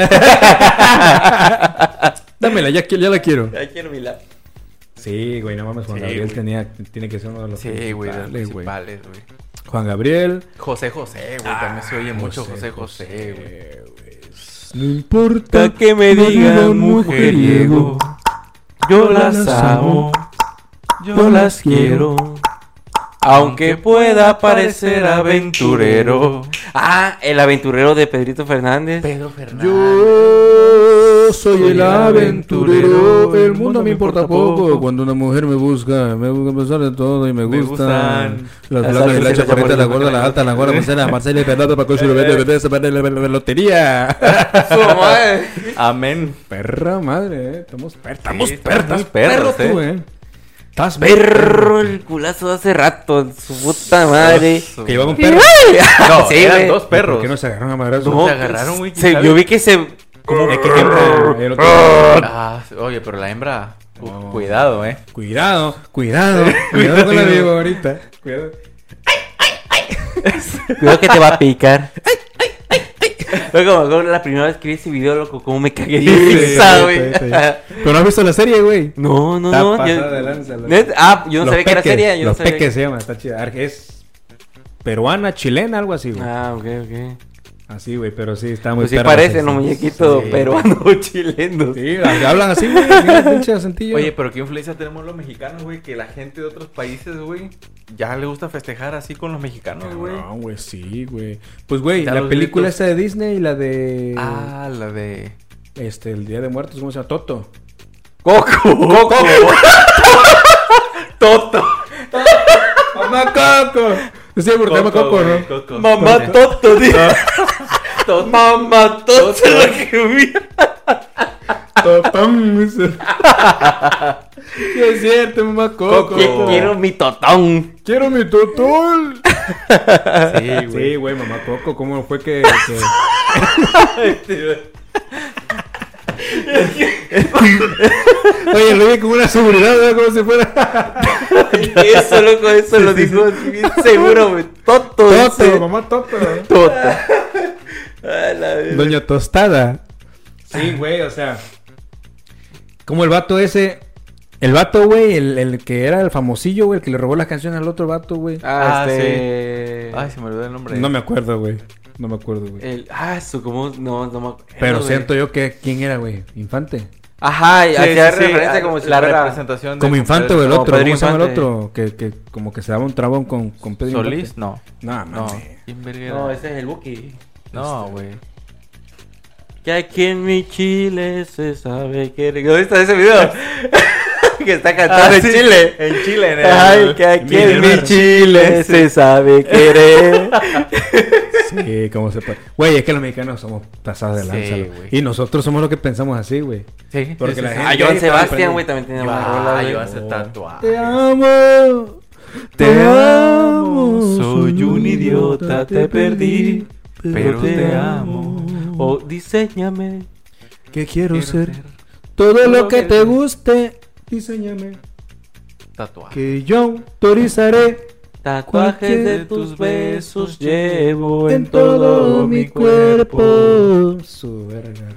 C: Dámela, ya, qui- ya la quiero.
B: Ya quiero mi laptop.
C: Sí, güey, no mames, Juan
D: Sí,
C: Gabriel
D: güey.
C: tenía, tiene que ser uno de los
D: Sí, güey, de los
C: principales, güey.
D: principales, güey.
C: Juan Gabriel.
D: José José, güey, también se oye mucho Ah, José José, güey.
C: güey. No importa
B: Pa' que me
C: no
B: digan
C: digan
B: mujeriego. Yo las amo, yo las quiero. Aunque pueda parecer aventurero. Ah, el aventurero de Pedrito Fernández.
D: Pedro Fernández.
C: Yo soy
B: Soy
C: el
B: el
C: aventurero,
B: aventurero,
C: el mundo me importa poco. Cuando una mujer me busca, me busca a pesar de todo y me,
D: Me
C: gustan.
D: gustan
C: Las
B: las altas, las
C: flacas, la chaparrita, la
B: chaparritas,
C: gorda, la alta, la gorda, Marcela, Marcela y Fernando, Paco, Chulo, Beto, Beto, se pierde la- la la lotería. <laughs>
B: <laughs>
D: Amén.
C: Perra madre, eh. Estamos perros. Estamos
D: Sí,
C: perros,
D: estamos
C: estás perro
D: perros, eh.
C: tú, eh. Estás
B: Perro el culazo hace rato, su puta madre.
C: Que llevaba un perro.
D: <laughs> No,
B: Sí,
D: eran
B: güey.
D: dos
C: ¿Por
D: perros.
C: qué no se agarraron a madrazos?
D: No, se agarraron, güey,
B: se-
D: ¿sabes?
B: Yo vi que se.
C: Es que siempre- el otro-
D: Ah, oye, pero la hembra. uh,
C: No.
D: Cuidado, eh.
C: Cuidado, cuidado, cuidado <laughs> con la vivo ahorita. Cuidado.
B: Cuidado que te va a
C: <laughs>
B: picar. Luego, luego, la primera vez que vi ese video, loco, como me cagué de
C: <laughs> Sí,
B: risa,
C: sí,
B: güey.
C: sí, sí. Pero no has visto la serie, güey.
B: <laughs> No, no,
C: Está
B: no.
C: pasada de lanza, loco.
B: Net- Ah, yo no
C: Los
B: sabía que era
C: Peques,
B: seria. Yo no
C: los
B: sabía.
C: peques se llama, está chida. Ar- Es peruana, chilena, algo así, güey.
B: Ah, ok, ok.
C: Así, güey, pero sí, está muy
B: Pues sí
C: perra
B: parecen
C: esa-
B: los muñequitos
C: Sí.
B: peruanos <laughs> chilenos.
C: Sí, hablan así, güey. mira, pinche acentillo.
D: Oye, pero qué influencia tenemos los mexicanos, güey, que la gente de otros países, güey, ya le gusta festejar así con los mexicanos, güey.
C: No, güey, sí, güey. Pues, güey,
D: Da
C: la
D: los
C: película
D: gritos.
C: esta de Disney y la de.
D: Ah, la de
C: Este, el Día de Muertos, ¿cómo se llama? Toto.
B: Coco. Coco.
D: Toto.
C: ¡Mamá Coco! Sí, porque se llama Coco,
D: güey,
C: ¿no?
D: Coco.
B: Mamá Toto, tío. <laughs>
D: Toto.
B: Mamá Toto. lo que vi.
C: Totón. Sí,
B: <laughs>
C: es cierto, mamá Coco.
B: Que quiero mi totón.
C: Quiero mi totón.
D: <laughs> Sí, güey.
C: Sí, güey, mamá Coco, ¿cómo fue que.? que- <laughs> Oye, lo vi con una seguridad, ¿verdad? Como si
D: <laughs>
C: fuera.
B: <laughs> Eso, loco, eso lo dijo así bien seguro, güey. Toto. dice.
C: Toto, mamá Toto.
B: Toto.
D: Tota.
B: A la vez.
C: Doña Tostada. Sí, güey, o sea. Como el vato ese. El vato, güey, el, el que era el famosillo, güey, el que le robó las canciones al otro vato, güey.
B: Ah,
D: Ah,
B: este...
D: Ay, se me olvidó el nombre.
C: No me acuerdo, güey. No me acuerdo, güey.
B: El... Ah, eso, como... No, no me acuerdo,
C: Pero
B: güey.
C: siento yo que. ¿Quién era, güey? Infante.
B: Ajá, y
D: Sí,
B: hacía
D: sí, sí,
B: referencia
D: a-
B: como si
D: la
B: fuera-
D: representación de
C: Como Infante, güey, el
B: como
C: otro.
B: Pedro
C: ¿Cómo se llama el
B: Infante.
C: otro? Que, que como que se daba un trabón con, con Pedro
D: Solís,
C: Infante.
D: no.
C: No,
D: No.
C: mames.
D: ¿Quién verga era?
B: No, ese es este. el Buki.
D: No, güey.
B: Que aquí en mi Chile se sabe que... ¿Dónde está ese video? <laughs> Ah, que está cantando en
D: Ah, sí,
B: Chile.
D: En Chile, en el-
B: Ay, que aquí
C: Mira,
B: en mi
C: hermano.
B: Chile se sabe <laughs> querer.
C: Sí, como se puede. Güey, es que los mexicanos somos pasados de
D: Sí,
C: lanza. güey.
D: güey.
C: y nosotros somos los que pensamos así, güey.
D: Sí,
C: Porque
D: sí,
C: la
D: sí.
C: gente-
B: Ah, Joan Sebastián, güey, también tenía una rola.
D: Ah,
B: güey.
D: yo hace tatuaje.
C: Te amo.
D: Te amo, soy un idiota, te perdí, pero te amo.
B: O diseñame.
C: Que quiero,
D: Quiero
C: ser,
D: ser
C: todo lo
D: lo
C: que
D: que-
C: te guste. Diseñame.
D: Tatuaje.
C: Que yo autorizaré
B: Tatuajes de
C: Cualquier-
B: tus besos llevo
C: en todo mi cuerpo. Su verga.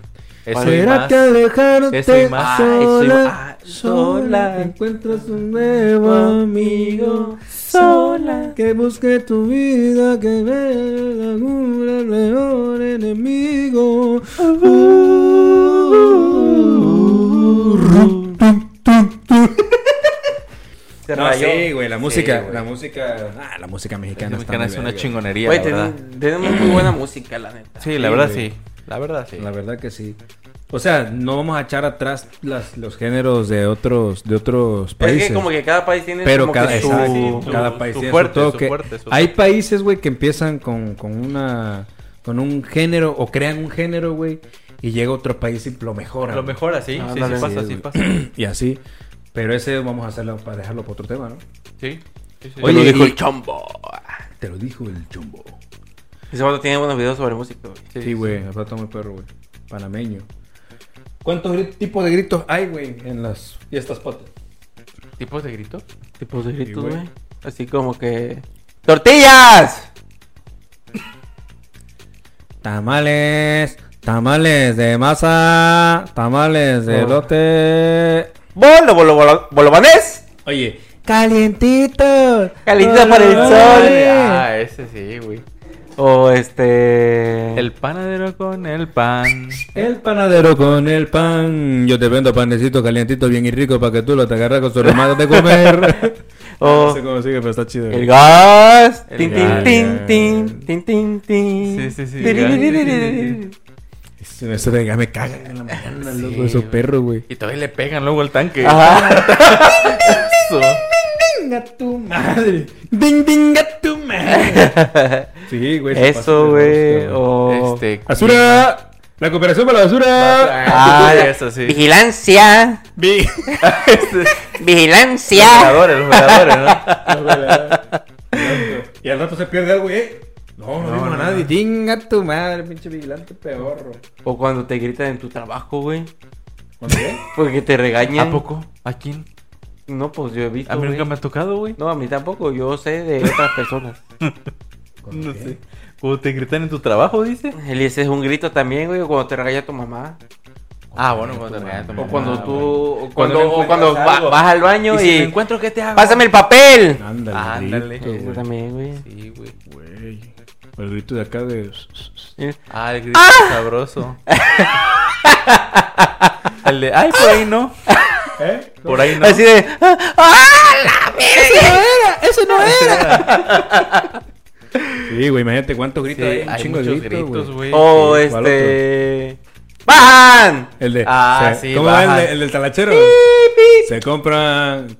D: Eso y
C: Será
D: más.
C: que alejarte
D: eso y más.
B: Ah, eso y-
C: sola,
B: ah, sola.
C: encuentras un nuevo amigo.
B: sola.
C: Que busque tu vida, que vea algún alrededor enemigo.
B: Se
C: No,
B: rayó.
C: sí, güey, la música,
D: güey.
C: la música, ah, la música mexicana,
D: Mexicana
C: está muy
D: es una
C: verga.
D: chingonería,
B: Güey,
D: ¿verdad?
B: ten- tenemos muy buena música, la neta.
D: Sí, la verdad
C: güey.
D: sí. La verdad sí.
C: La verdad que sí. O sea, no vamos a echar atrás las, los géneros de otros, de otros países.
B: Es que como que cada país tiene
C: Pero
B: como
C: cada,
B: que su...
C: exacto,
D: su-
C: cada
D: su
C: país tiene su
D: fuerte, su
C: toque.
D: fuerte, su
C: Hay países, güey, que empiezan con, con una con un género o crean un género, güey, y llega otro país y lo mejora.
D: Lo
C: güey.
D: mejor así.
B: Ah,
D: sí, sí
B: ándale.
D: pasa,
C: Sí,
D: sí
C: güey.
D: pasa.
C: <clears throat> Y así. Pero ese vamos a hacerlo para dejarlo para otro tema, ¿no?
D: Sí. sí, sí.
B: Oye,
C: Oye,
B: lo dijo
C: y-
B: el chombo.
C: Te lo dijo el chumbo.
B: Ese vato tiene buenos videos sobre música, güey.
C: Sí, güey, el pato muy perro, güey. Panameño. ¿Cuántos gri- tipos de gritos hay, güey, en las fiestas patas?
D: ¿Tipos de gritos?
B: Tipos de gritos,
C: Sí, güey.
B: güey. Así como que. ¡Tortillas!
C: Tamales, tamales de masa, tamales de
B: Oh.
C: lote.
B: ¡Bolo, bolo, bolo, bolovanés!
C: Oye, calientito.
B: Calientito para el
C: Olé.
D: Ah, ese sí, güey.
B: O este.
D: El panadero con el pan.
C: El panadero con el pan. Yo te vendo panecito calientito bien y rico para que tú lo te agarras con su remate
B: <laughs>
C: de comer.
B: O.
C: cómo sigue, pero está chido.
B: Oh. El gas.
D: El
B: Tin,
D: gas.
B: tin, tin, tin, tin, tin, tin.
D: Sí, sí, sí,
B: Tiriririririririr.
C: Eso de gas me cagan en la mañana, loco, esos
D: güey.
C: perros, güey.
D: Y todavía le pegan luego al tanque.
B: Ajá.
D: Eso.
C: Venga tu madre. Ding, dinga tu madre. Sí, güey. se pasa de
B: <laughs> Eso, güey.
C: rosca,
B: O.
D: Este.
C: ¡Basura! ¡La cooperación para la basura!
D: <laughs> Ah,
B: Ah,
D: eso sí.
B: Vigilancia.
C: Vi-
D: Los
B: <laughs> Vigilancia.
D: jugadores, los jugadores,
C: <laughs>
D: ¿no?
C: y al rato se pierde algo, ¿eh? No, no, digo a nadie. ¡Dinga tu madre, pinche vigilante peorro!
B: O cuando te gritan en tu trabajo, güey.
C: ¿Cuándo qué?
B: Porque te regañan.
D: ¿A poco? ¿A quién?
B: No, pues yo he visto.
D: A mí
B: güey.
D: nunca me ha tocado, güey.
B: No, a mí tampoco. Yo sé de otras personas.
D: No sé. ¿O te gritan en tu trabajo, dice?
B: El ese es un grito también, güey. o Cuando te regaña tu mamá.
D: Ah, bueno, cuando te regañan tu
B: O
D: mamá,
B: cuando
D: Ah, güey.
B: tú. o
D: Cuando
B: Cuando,
D: no
B: o cuando
D: encuentras
B: va-
D: algo.
B: vas al baño y.
D: Y si me encuentro, ¿qué te hago?
B: ¡Pásame el papel!
C: Ándale.
D: Ah, Ándale.
C: grito,
B: Eso
C: güey.
B: también, güey.
D: Eh, Sí, güey.
C: Güey. El grito de acá de.
B: Eh,
D: Ah, el grito sabroso. el de, ay, por ahí no.
C: ¿Eh?
D: Por ahí no.
B: Así de. ¡Ah, ¡Ah, la verga!
C: Sí, güey, imagínate cuántos
D: Sí,
C: gritos hay.
D: hay,
C: Un chingo de
D: muchos
C: gritos,
D: gritos,
C: güey.
D: güey.
B: O
C: sí, ¿cuál
B: este. ¡Bajan!
C: El de.
D: Ah,
C: se-
D: sí,
C: ¿Cómo va el,
D: baja.
C: de- el del talachero? Se compran.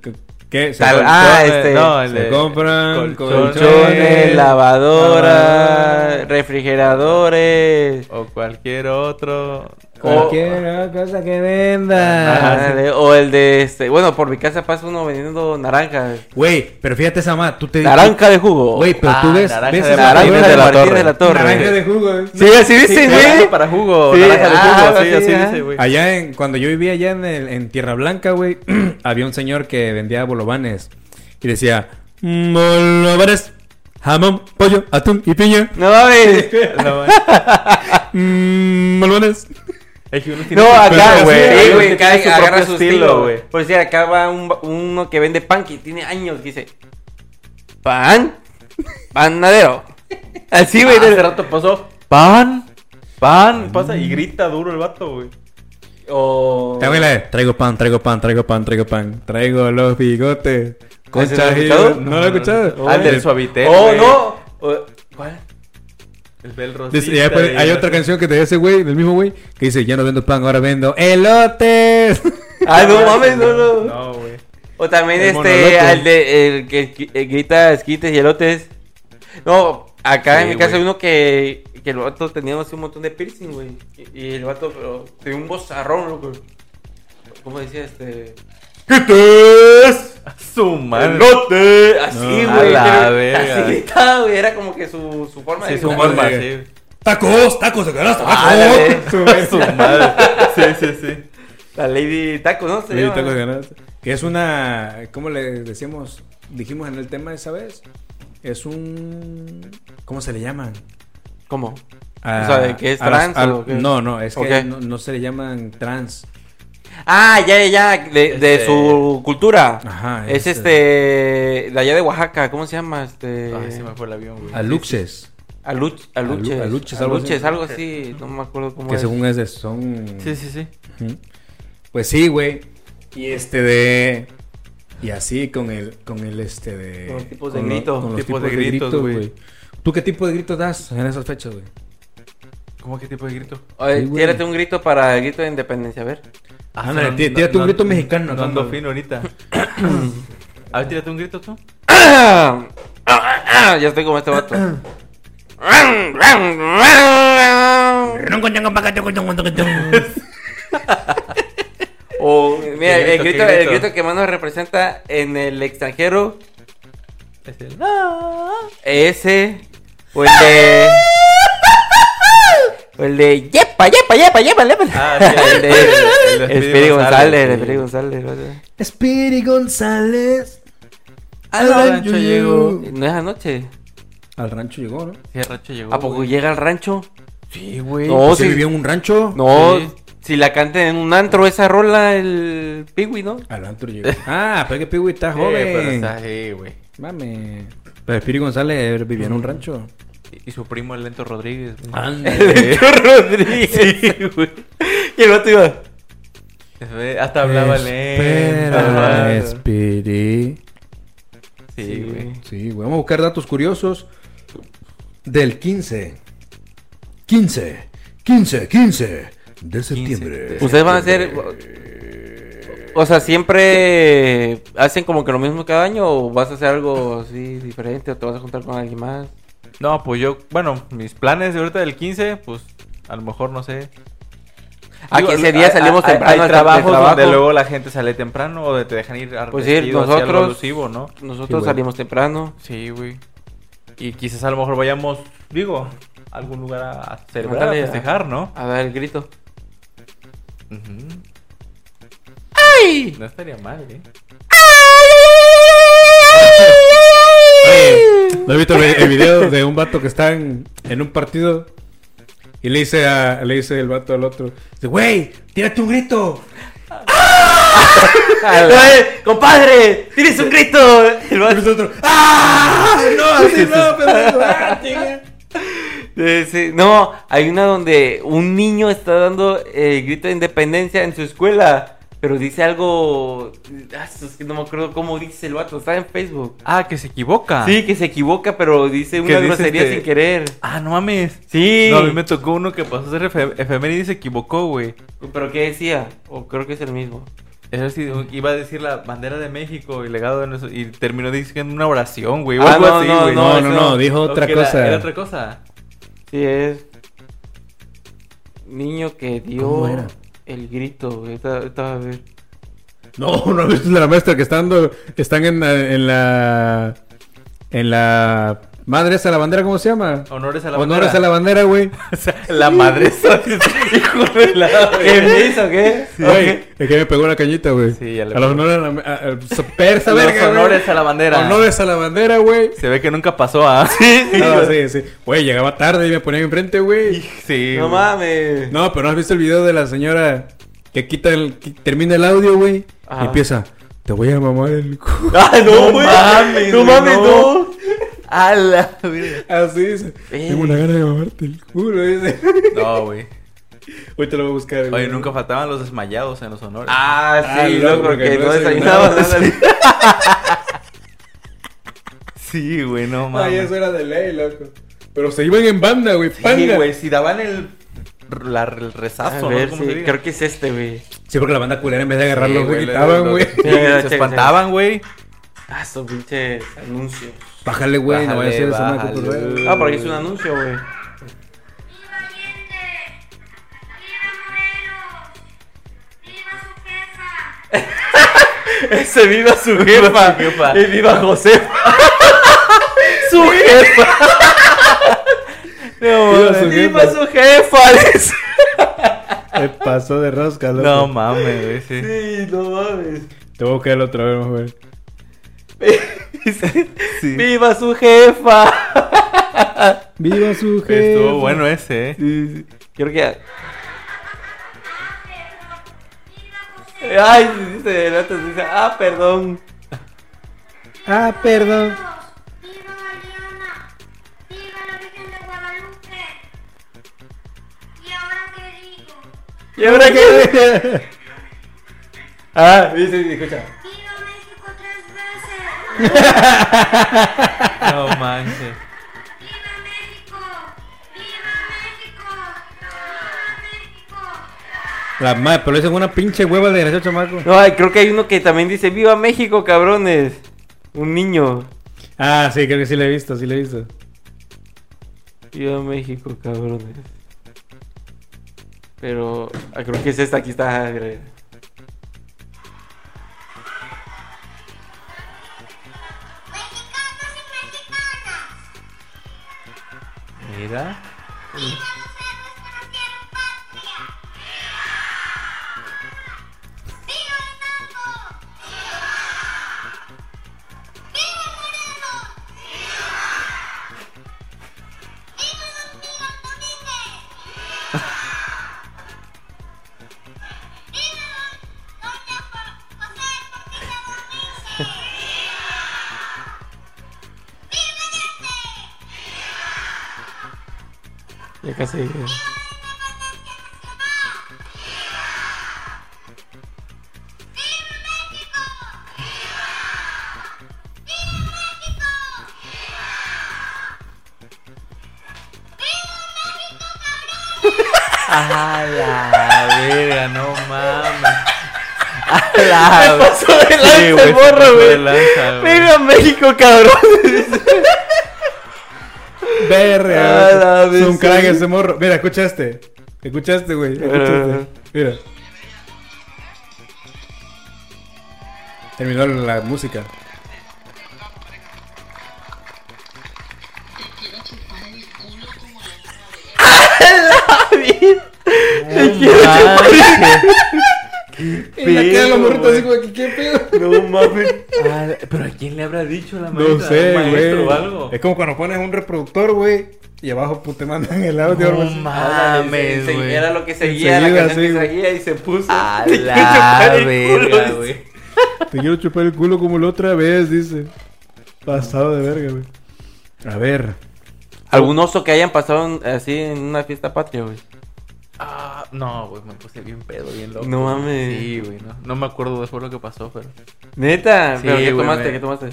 C: ¿Qué? Se,
B: Tal-
C: compran-
B: ah,
D: eh,
B: este.
D: no, el
C: se
D: de-
C: compran
D: colchones,
B: Colchones,
C: lavadoras.
B: lavadoras, refrigeradores.
D: O cualquier otro.
C: Ah, Cualquier cosa que
B: Ah,
C: venda.
D: Ah,
B: Ándale, O el de este. Bueno, por mi casa pasa uno vendiendo naranjas.
C: Güey, pero fíjate esa más, tú te
B: Naranja de jugo.
C: Güey, pero
D: Ah,
C: tú ves,
D: naranja
C: ves
D: de
C: esa-
D: Martínez
B: naranja
D: de eh.
B: de
D: la
B: Martínez
D: Torre.
B: de la Torre.
C: naranja de jugo. eh. güey.
B: Sí, así dicen,
D: Naranja
B: güey.
D: para jugo,
B: Sí,
D: naranja de
B: ah,
D: jugo, sí,
B: sí,
D: así
B: ah.
D: dice,
C: <laughs>
D: güey.
C: Allá en, cuando yo vivía allá en, el- en Tierra Blanca, güey, <clears throat> había un señor que vendía bolovanes y decía, "Mm, bolovanes, jamón, pollo, atún y piña,
B: No mames.
D: No,
C: Mm, bolovanes.
D: es que uno tiene
B: No,
D: su-
B: acá,
D: pero
B: güey.
D: sí,
B: Sí, güey,
D: uno
B: acá
D: tiene su
B: agarra
D: propio
B: su estilo, güey.
D: güey.
B: Por decir, acá va un- uno que vende pan que tiene años, que dice. Pan. Panadero. Así, güey.
D: Ah, hace
B: del-
D: rato pasó pan, pan, pasa y grita duro el vato, güey.
B: O.
C: Te hago la de, traigo pan, traigo pan, traigo pan, traigo pan, traigo los bigotes.
B: ¿Ese lo
C: Concha
B: has
C: y-
B: escuchado?
C: ¿No lo he escuchado?
D: Ah, el del suavitel.
B: Oh,
D: güey.
B: no. O- ¿Cuál?
D: El del
C: Dice,
D: rosita.
C: y ahí pone-
D: y
C: hay
D: el-
C: otra canción que te dice, güey, del mismo güey, que dice, ya no vendo pan, ahora vendo elotes. <laughs>
B: Ah, no mames, no, no.
D: No, güey.
B: O también
C: El
B: este,
C: monoloco.
B: al de el que que grita esquites y elotes. No, acá
D: Sí,
B: en mi casa
D: güey.
B: hay uno que, que el vato tenía así un montón de piercing, güey. Y, y el vato pero, tenía un bozarrón, loco. ¿Cómo decía este?
C: ¡Quites!
D: Su madre.
B: ¡Elote! Así,
C: No,
D: a
B: güey.
D: la
B: pero
D: verga.
B: Así gritaba, güey. Era como que su, su forma
D: Sí,
B: de
D: su
B: gritar.
D: forma,
C: madre.
D: sí.
C: ¡Tacos! ¡Tacos de canasta!
B: Ah,
C: ¡Tacos!
B: dale.
D: <laughs> Su madre. Sí, sí, sí.
B: La Lady Taco, ¿no? Se
C: Sí,
B: llama?
C: tacos de canasta. Que es una. ¿Cómo le decíamos? Dijimos en el tema esa vez. Es un. ¿Cómo se le llaman?
B: ¿Cómo?
C: A-
B: O sea, ¿de qué es
C: a las-
B: trans
C: a-
B: o qué?
C: No, no, es que
B: Ok.
C: no, no se le llaman trans.
B: Ah, ya, ya, ya, de, de
D: Este-
B: su cultura.
C: Ajá,
B: Es
C: es,
B: este. De allá de Oaxaca, ¿cómo se llama? Este.
C: Eh.
D: Ay, se me fue el avión, güey.
C: Aluxes.
B: Aluch-
C: Alu-
B: aluches.
C: aluches, algo así.
B: Aluches, algo así. No me acuerdo cómo
C: Que
B: es.
C: según es de. Son.
D: Sí, sí, sí.
C: Ujú. Pues sí, güey. Y este de. Y así con el, con el este de.
B: Con los tipos de
C: lo-
B: gritos.
C: con los
D: Tipos de gritos, güey.
C: ¿Tú qué tipo de gritos das en esas fechas, güey?
D: ¿Cómo qué tipo de grito?
B: Oye,
C: Sí, güey.
B: tírate un grito para el grito de independencia, a ver.
C: Ándale, tí- tírate un grito mexicano acá,
D: Ah, No ando
C: güey.
D: fino ahorita. A ver, tírate un grito tú.
B: ya estoy como este vato. o, mira,
D: ¿Qué
B: el
D: grito,
B: grito,
D: qué
B: el
D: grito?
B: grito que más nos representa en el extranjero
D: Este, Es el- Ah.
B: Ese. O el eh, de. O el de yepa, yepa, yepa, yepa, yepa.
D: <laughs> Ah, sí,
B: <laughs>
D: el de- el de
B: Espíritu
D: Speedy
B: González,
D: González,
B: el
D: sí.
B: Espíritu González. ¿verdad?
C: Speedy González.
D: Al rancho llegó.
B: No es anoche.
C: Al rancho llegó, ¿no?
D: Sí, el rancho llegó.
B: ¿A poco
D: güey. pues
B: llega al rancho?
C: Sí, güey.
B: No,
C: No, Pues se
B: sí.
C: vivió en un rancho.
B: No,
D: Sí.
B: si la canta en un antro, esa rola, el Piwi, ¿no?
C: Al rancho llegó. Ah, pero es que Piwi está
D: Sí,
C: joven.
D: pero está ahí, Ah, eh, güey.
C: Mame. Pero Speedy González vivía en un rancho.
D: Y su primo, el Lento Rodríguez. güey.
C: Ándale.
B: Rodríguez. güey. Y el otro iba.
D: Se ve- Hasta hablaba lento.
C: Espera,
D: Ajá.
C: Speedy.
D: Sí, güey.
C: Sí, güey. Vamos a buscar datos curiosos del 15. 15. 15, 15 de septiembre.
B: Ustedes van a hacer. O sea, siempre hacen como que lo mismo cada año o vas a hacer algo así diferente o te vas a juntar con alguien más.
D: No, pues yo, bueno, mis planes de ahorita del 15, pues a lo mejor no sé.
B: Ah,
D: Digo,
B: que ese día
D: hay-
B: salimos
D: hay-
B: temprano del
D: Hay
B: tra- del
D: trabajos donde
B: trabajo.
D: luego la gente sale temprano o de- te dejan ir a
B: Pues sí,
D: vestido así, algo
B: nosotros-
D: alusivo, ¿no?
B: Nosotros
C: güey.
B: salimos temprano.
D: Sí, güey. Y quizás a lo mejor vayamos, digo, a algún lugar a- a celebrar, a
B: Ándale,
D: festejar, ¿no?
B: A dar el
D: <laughs>
B: grito.
D: ¡Ay! No estaría mal, ¿eh?
C: ¿No he visto el el video de un vato que está en, en un partido? Y le dice, a- le dice el vato al otro: dice, Güey, tírate un grito.
B: ¡Compadre! ¡Tienes un grito!
C: Y el otro, ¡Ah! <laughs> No, así no, pendejo. ¡Ah, chinga!
B: Eh, sí, No, hay una donde un niño está dando eh, el grito de independencia en su escuela, pero dice algo. Ah, es que no me acuerdo cómo dice el vato, está en Facebook.
D: Ah, que se equivoca.
B: Sí, que se equivoca, pero dice
D: ¿Qué
B: una
D: dice
B: grosería
D: este?
B: sin querer.
D: Ah, no mames.
B: Sí.
D: No, a mí me tocó uno que pasó a ser efe- efeméride y se equivocó, güey.
B: ¿Pero qué decía? O creo que es el mismo.
D: Eso sí,
B: Mm.
D: iba a decir la bandera de México y legado en eso, y terminó diciendo una oración, güey. o
B: Ah,
D: algo
B: no,
D: así,
B: no,
D: güey.
C: No,
B: eso-
C: no, no, dijo otra
D: que era-
C: cosa.
D: Era otra cosa.
B: Sí, es. Niño que dio
C: ¿Cómo era?
B: el grito, güey. Ahorita- ahorita a ver.
C: No, <laughs> no he visto la maestra que están, están en, la- en la. En la. Madre esa, la bandera, ¿cómo se llama?
D: Honores a la bandera.
C: Honores a la bandera, güey.
D: <laughs> O sea, la madre. <laughs> Hijo
B: <laughs>
D: de la.
B: ¿Qué me hizo? ¿Qué?
C: Güey, es que me pegó una cañita, güey.
D: Sí, ya le
C: A los
D: pegó.
C: honores a la. a- a- persa,
D: Los
C: verga, güey.
D: honores a la bandera.
C: Honores a la bandera, güey.
D: Se ve que nunca pasó a. <laughs> Sí,
C: No, sí, sí. Güey, llegaba tarde y me ponía enfrente, güey.
D: Sí.
B: No
D: güey.
B: mames.
C: No, pero ¿no has visto el video de la señora que quita el. que termina el audio, güey?
B: Ajá.
C: Y empieza. Te voy a mamar el cu.
B: Ah,
D: No
B: no, güey.
D: mames,
B: No
D: güey,
B: mames,
D: no.
B: no.
D: A la verga.
C: Así dice.
B: Eh.
C: Tengo una gana de mamarte el culo, dice.
D: No, güey.
C: Hoy te lo voy a buscar, güey.
D: Oye, nunca faltaban los desmayados en los honores.
B: Ah,
C: Ah,
B: sí,
C: no,
B: loco,
C: porque
B: que
C: no
B: no
C: desayunaba.
B: desayunaba nada.
D: Sí, güey, no
C: Ay,
D: mames.
C: eso era de ley, loco. Pero se iban en banda, güey.
D: Sí,
C: panga.
D: güey, si daban el, la- el rezazo,
B: A ver,
D: ¿no? ¿Cómo
B: sí,
D: se diga?
B: creo que es este, güey.
C: Sí, porque la banda culera en vez de agarrarlo,
D: Sí,
C: güey,
D: le-
C: gritaban,
D: lo-
C: güey.
D: Sí,
B: Mira,
D: se
B: checa,
D: espantaban, güey.
B: Ah, estos pinches anuncios.
C: Bájale, güey, no vaya a
D: Bájale,
C: ser esa madre
D: bájale.
C: que tú traes.
B: Ah, por aquí es un anuncio, güey.
F: ¡Viva Allende! ¡Viva Morelos! ¡Viva su jefa!
B: Ese viva su jefa.
D: jefa.
B: Y viva
D: <laughs>
B: Josefa. su jefa. No,
C: Viva
B: mames.
C: su
B: viva
C: jefa.
B: su jefa. dice.
C: Te pasó de rosca, loco.
D: No mames, güey, sí.
B: <laughs> Sí, no mames.
C: Te voy a buscar otra vez, güey.
D: Sí.
B: Viva su jefa.
C: Viva su jefe.
D: Estuvo bueno ese, eh.
B: Sí, sí. Creo que.
F: ¡Viva José!
B: Ay, dice delante, dice, ah, perdón.
C: Ah, perdón.
F: ¡Viva Mariana! ¡Viva la Virgen de Guadalupe! ¿Y ahora qué digo?
B: ¿Y ahora qué? ah, dice, escucha.
F: ¡Viva México tres veces!
D: No manches.
F: ¡Viva México! ¡Viva México! ¡Viva México!
C: La madre, pero esa es una pinche hueva de gracia, chamaco.
B: No, ay, creo que hay uno que también dice, viva México, cabrones. Un niño.
C: Ah, sí, creo que sí la he visto, sí la he visto.
B: Viva México, cabrones. Pero ah, creo que es esta, aquí está. eh, creo.
F: Mexicanos y mexicanas,
D: Mira.
F: viva los héroes
B: Ya casi. eh.
D: A la verga, no mames. A
B: Me
D: la
B: pasó de lanza el
D: güey, se
B: morro,
D: pasó
B: güey.
D: de lanza, güey.
B: Mira México, cabrón.
C: Verga.
B: A
D: Ah,
B: la
C: Es
B: vez,
C: un crack
B: sí.
C: ese morro. Mira, escuchaste. Escuchaste, güey.
D: Ah.
C: Escuchaste. Mira. Terminó la música. Y la quedan los morritos así como que, ¿qué pedo?
B: No mames.
D: A la- Pero a quién le habrá dicho la
C: No
D: <laughs> maestra?
C: sé,
D: ¿Un maestro
C: güey.
D: o algo?
C: Es como cuando pones un reproductor, güey. Y abajo pues, te mandan el audio.
D: No
C: algo así.
B: Ándale,
D: mames,
B: se- se-
D: güey.
B: Era lo que seguía, la
C: Enseguida,
B: canción que
C: sí, güey.
B: seguía y se puso.
D: A
B: Te quiero chupar
D: la
B: el culo,
D: verga,
B: dice.
D: güey.
C: Te quiero chupar el culo como la otra vez, dice. Pasado de verga, güey. A ver.
B: ¿Algún oso que hayan pasado en- así en una fiesta patria, güey?
D: Ah, no, güey, me puse bien pedo, bien loco.
B: No
D: güey.
B: mames.
D: Sí, güey, no. No me acuerdo después lo que pasó, pero.
B: Neta,
D: Sí,
B: pero ¿qué
D: güey,
B: tomaste?
D: me-
B: ¿Qué tomaste?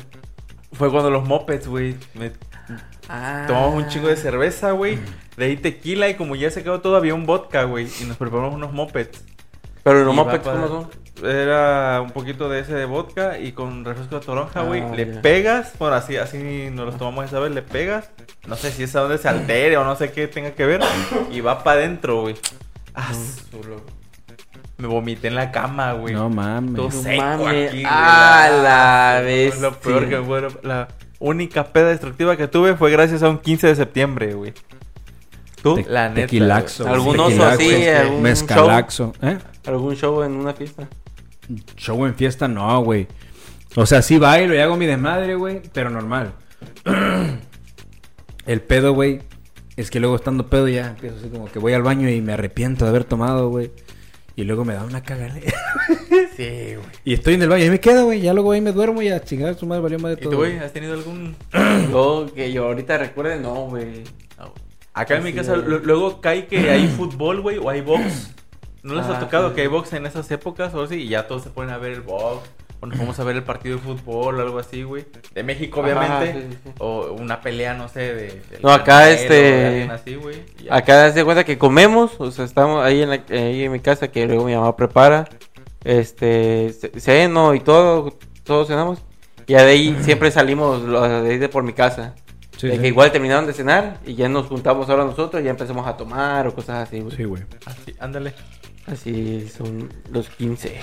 D: Fue cuando los mopeds, güey. Me
B: Ah.
D: tomamos un chingo de cerveza, güey. De ahí tequila y como ya se quedó todo, había un vodka, güey. Y nos preparamos unos mopeds.
B: Pero los
D: Y
B: mopeds,
D: va
B: ¿cómo
D: para-
B: son?
D: Era un poquito de ese de vodka y con refresco de toronja, güey.
B: Ah,
D: le
B: ya.
D: pegas, bueno, así, así nos los tomamos esa vez, le pegas. No sé si es a donde se altere o no sé qué tenga que ver. Y va para adentro, güey. Ah, su loco. Me vomité en la cama, güey.
C: mames.
D: Todo
B: No
D: seco
B: mames.
D: aquí, güey.
B: Ah, la
D: Ah,
B: bestia.
D: Lo peor que bueno, la única peda destructiva que tuve fue gracias a un 15 de septiembre, güey. ¿Tú?
C: Te-
D: la neta.
C: tequilaxo, este,
D: güey.
B: Algún
D: Tequilaxo,
B: oso así,
D: güey.
B: algún
C: Mezcalaxo. ¿Eh?
B: ¿Algún show en una fiesta?
C: Show en fiesta, no, güey. O sea, sí bailo y hago mi desmadre, güey, pero normal. <clears throat> El pedo, güey, es que luego estando pedo ya empiezo así como que voy al baño y me arrepiento de haber tomado, güey. Y luego me da una cagalera.
D: <laughs> Sí, güey.
C: Y estoy en el baño y me quedo, güey. Ya luego ahí me duermo y a chingar su madre valió más de
D: ¿Y
C: todo.
D: tú, güey?
C: güey.
D: ¿Has tenido algún...?
B: <clears throat> No, que yo ahorita recuerde, no, güey.
D: Acá en mi
B: Sí,
D: casa
B: güey.
D: lo- luego cae
B: <clears throat>
D: que hay fútbol, güey, o hay box. ¿No les
B: Ah,
D: ha tocado
B: sí.
D: que hay box en esas épocas o así? Y ya todos se ponen a ver el box. O nos vamos a ver el partido de fútbol o algo así, güey. De México, obviamente.
B: Ajá, sí, sí, sí.
D: O una pelea, no sé, de... del
B: No, acá,
D: Canelo,
B: este,
D: de alguien así, güey. y ya.
B: Acá das de cuenta que comemos, o sea, estamos ahí en, la- ahí en mi casa que luego mi mamá prepara, este, ce- ceno y todo, todos cenamos. Y de ahí siempre salimos, lo- de ahí de por mi casa.
C: Sí,
B: de
C: sí.
B: que igual terminaron de cenar y ya nos juntamos ahora nosotros y ya empezamos a tomar o cosas así, güey.
C: Sí, güey.
D: Así, ándale.
B: Así son los 15.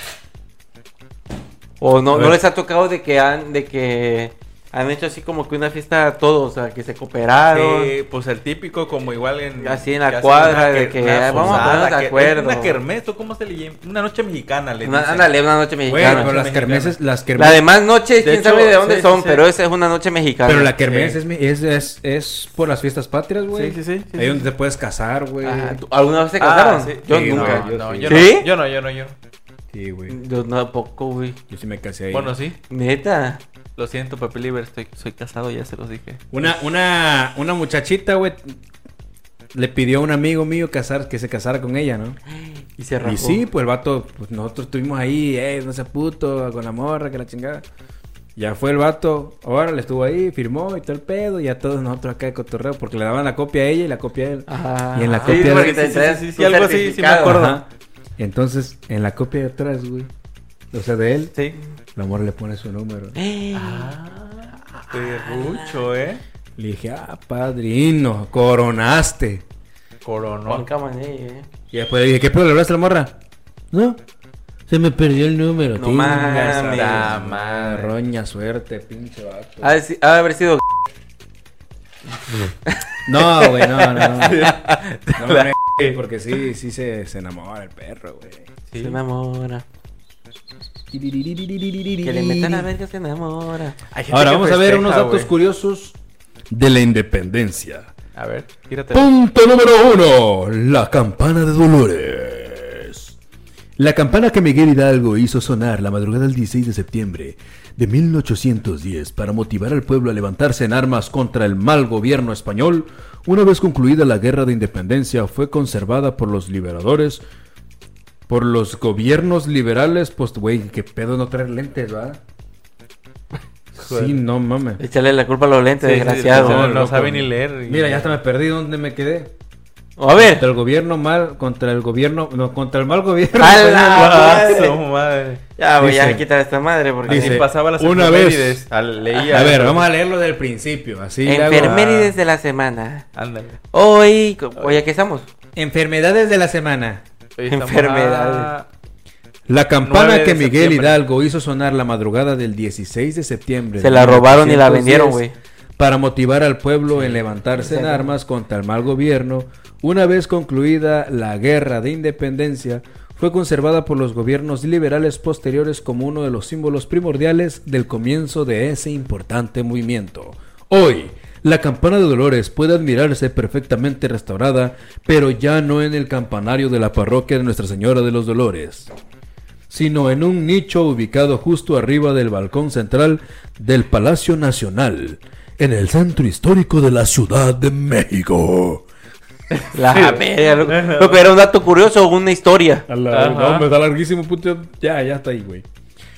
B: O no,
C: A
B: no
C: ver.
B: les ha tocado de que han, de que han hecho así como que una fiesta a todos, o sea, que se cooperaron.
D: Sí, pues el típico, como igual en.
B: Así en la
D: que hacen
B: cuadra,
D: una
B: de
D: quer-
B: que,
D: una
B: "Ah, vamos a ponernos
D: posada,
B: de
D: que-
B: acuerdo".
D: Una kermés, ¿o ¿cómo se le llama? Una noche mexicana, le
B: Una-
D: dicen.
B: ándale, una noche
C: Güey,
B: mexicana.
C: pero las
D: mexicana.
C: kermeses, las
B: La
C: kermeses.
B: demás noches, quién
D: hecho,
B: sabe de dónde
D: sí,
B: son,
D: sí, sí.
B: pero esa es una noche mexicana.
C: Pero la kermés
D: Sí.
C: es, mi- es, es, es por las fiestas patrias, güey.
D: Sí, sí, sí, sí,
C: Ahí
D: sí.
C: donde te puedes casar, güey.
B: Ajá, ¿tú- ¿Alguna vez se casaron?
D: Ah, sí.
B: Yo
C: Sí,
B: nunca.
D: No,
C: yo
D: no,
C: sí.
D: yo
B: ¿Sí?
D: no. Yo no, yo no, yo no.
C: Sí, güey.
B: Yo tampoco, güey.
C: Yo sí me casé ahí.
D: Bueno, sí.
B: Neta.
D: Lo siento, Pepe Liber, estoy, soy casado, ya se los dije.
C: Una, una, una muchachita, güey, le pidió a un amigo mío casar, que se casara con ella, ¿no?
B: Y se rajó.
C: Y sí, pues el vato, pues nosotros estuvimos ahí, eh, no seas puto, con la morra, que la chingada. Ya fue el vato, ahora le estuvo ahí, firmó y todo el pedo, y a todos nosotros acá de cotorreo, porque le daban la copia a ella y la copia a él.
B: Ajá.
C: Y en la
B: sí,
C: copia
B: porque
C: de-
B: te
D: sí, sí,
B: traes
D: sí, sí,
B: tu
D: sí, algo así, sí me
B: certificado.
D: acuerdo.
C: Ajá. Y entonces, en la copia de atrás, güey, o sea, de él,
D: Sí.
C: la morra le pone su número.
B: Ah,
D: Ah. Perrucho, ¿eh?
C: Le dije, ah, padrino, coronaste.
D: Coronó.
B: Juan Camané, eh.
C: Y después le dije, ¿qué pedo le hablaste a la morra? No, se me perdió el número.
B: No
C: Tinga,
B: mames.
C: esa madre. Roña suerte, pinche vato.
B: Ha de si- ha de haber sido.
C: No, güey, no, no. No, no me güey, porque sí, sí se, se enamora el perro, güey.
B: Se enamora. Que le metan la verga, se enamora.
D: Hay gente
C: Ahora
D: que
C: vamos a ver
D: festeja,
C: unos datos
D: güey.
C: curiosos de la independencia.
D: A ver, tírate.
C: Punto número uno, la campana de Dolores. La campana que Miguel Hidalgo hizo sonar la madrugada del 16 de septiembre de 1810 para motivar al pueblo a levantarse en armas contra el mal gobierno español, una vez concluida la guerra de independencia, fue conservada por los liberadores, por los gobiernos liberales. Pues, güey, qué pedo no traer lentes, ¿va? Sí, no mames.
B: Échale la culpa a los lentes,
D: Sí, sí,
B: desgraciado.
D: sí,
C: No,
D: no
C: loco.
D: sabe ni leer. y-
C: Mira, ya hasta me perdí dónde me quedé.
B: A ver.
C: Contra el gobierno mal, contra el gobierno, no, contra el mal gobierno. pues,
B: ¡Hala!
D: Ah, su madre.
B: Ya, güey, ya
C: Dice-
B: quitar esta madre porque
C: Dice,
D: Así pasaba las
C: una
D: efemérides. Al- leía.
C: A ver, vamos a leerlo del principio, así. le hago-
B: Enfermerides de la semana.
C: <laughs>
D: Ándale.
B: Hoy, oye, ¿qué estamos?
C: Ah. Enfermedades de la semana.
D: Hoy estamos
B: Enfermedades.
D: a-
C: La campana
D: 9 de
C: que Miguel
D: septiembre.
C: Hidalgo hizo sonar la madrugada del 16 de septiembre.
B: Se
C: de
B: la robaron y la
C: 1810
B: vendieron, güey.
C: Para motivar al pueblo en levantarse en armas contra el mal gobierno, una vez concluida la guerra de independencia, fue conservada por los gobiernos liberales posteriores como uno de los símbolos primordiales del comienzo de ese importante movimiento. Hoy, la campana de Dolores puede admirarse perfectamente restaurada, pero ya no en el campanario de la parroquia de Nuestra Señora de los Dolores sino en un nicho ubicado justo arriba del balcón central del Palacio Nacional, en el centro histórico de la Ciudad de México.
B: La <laughs> verga,
D: <laughs>
B: loco. Loco, era un dato curioso o una historia. <laughs>
D: Ajá.
C: No, me está larguísimo, puto. Ya, ya está ahí, güey.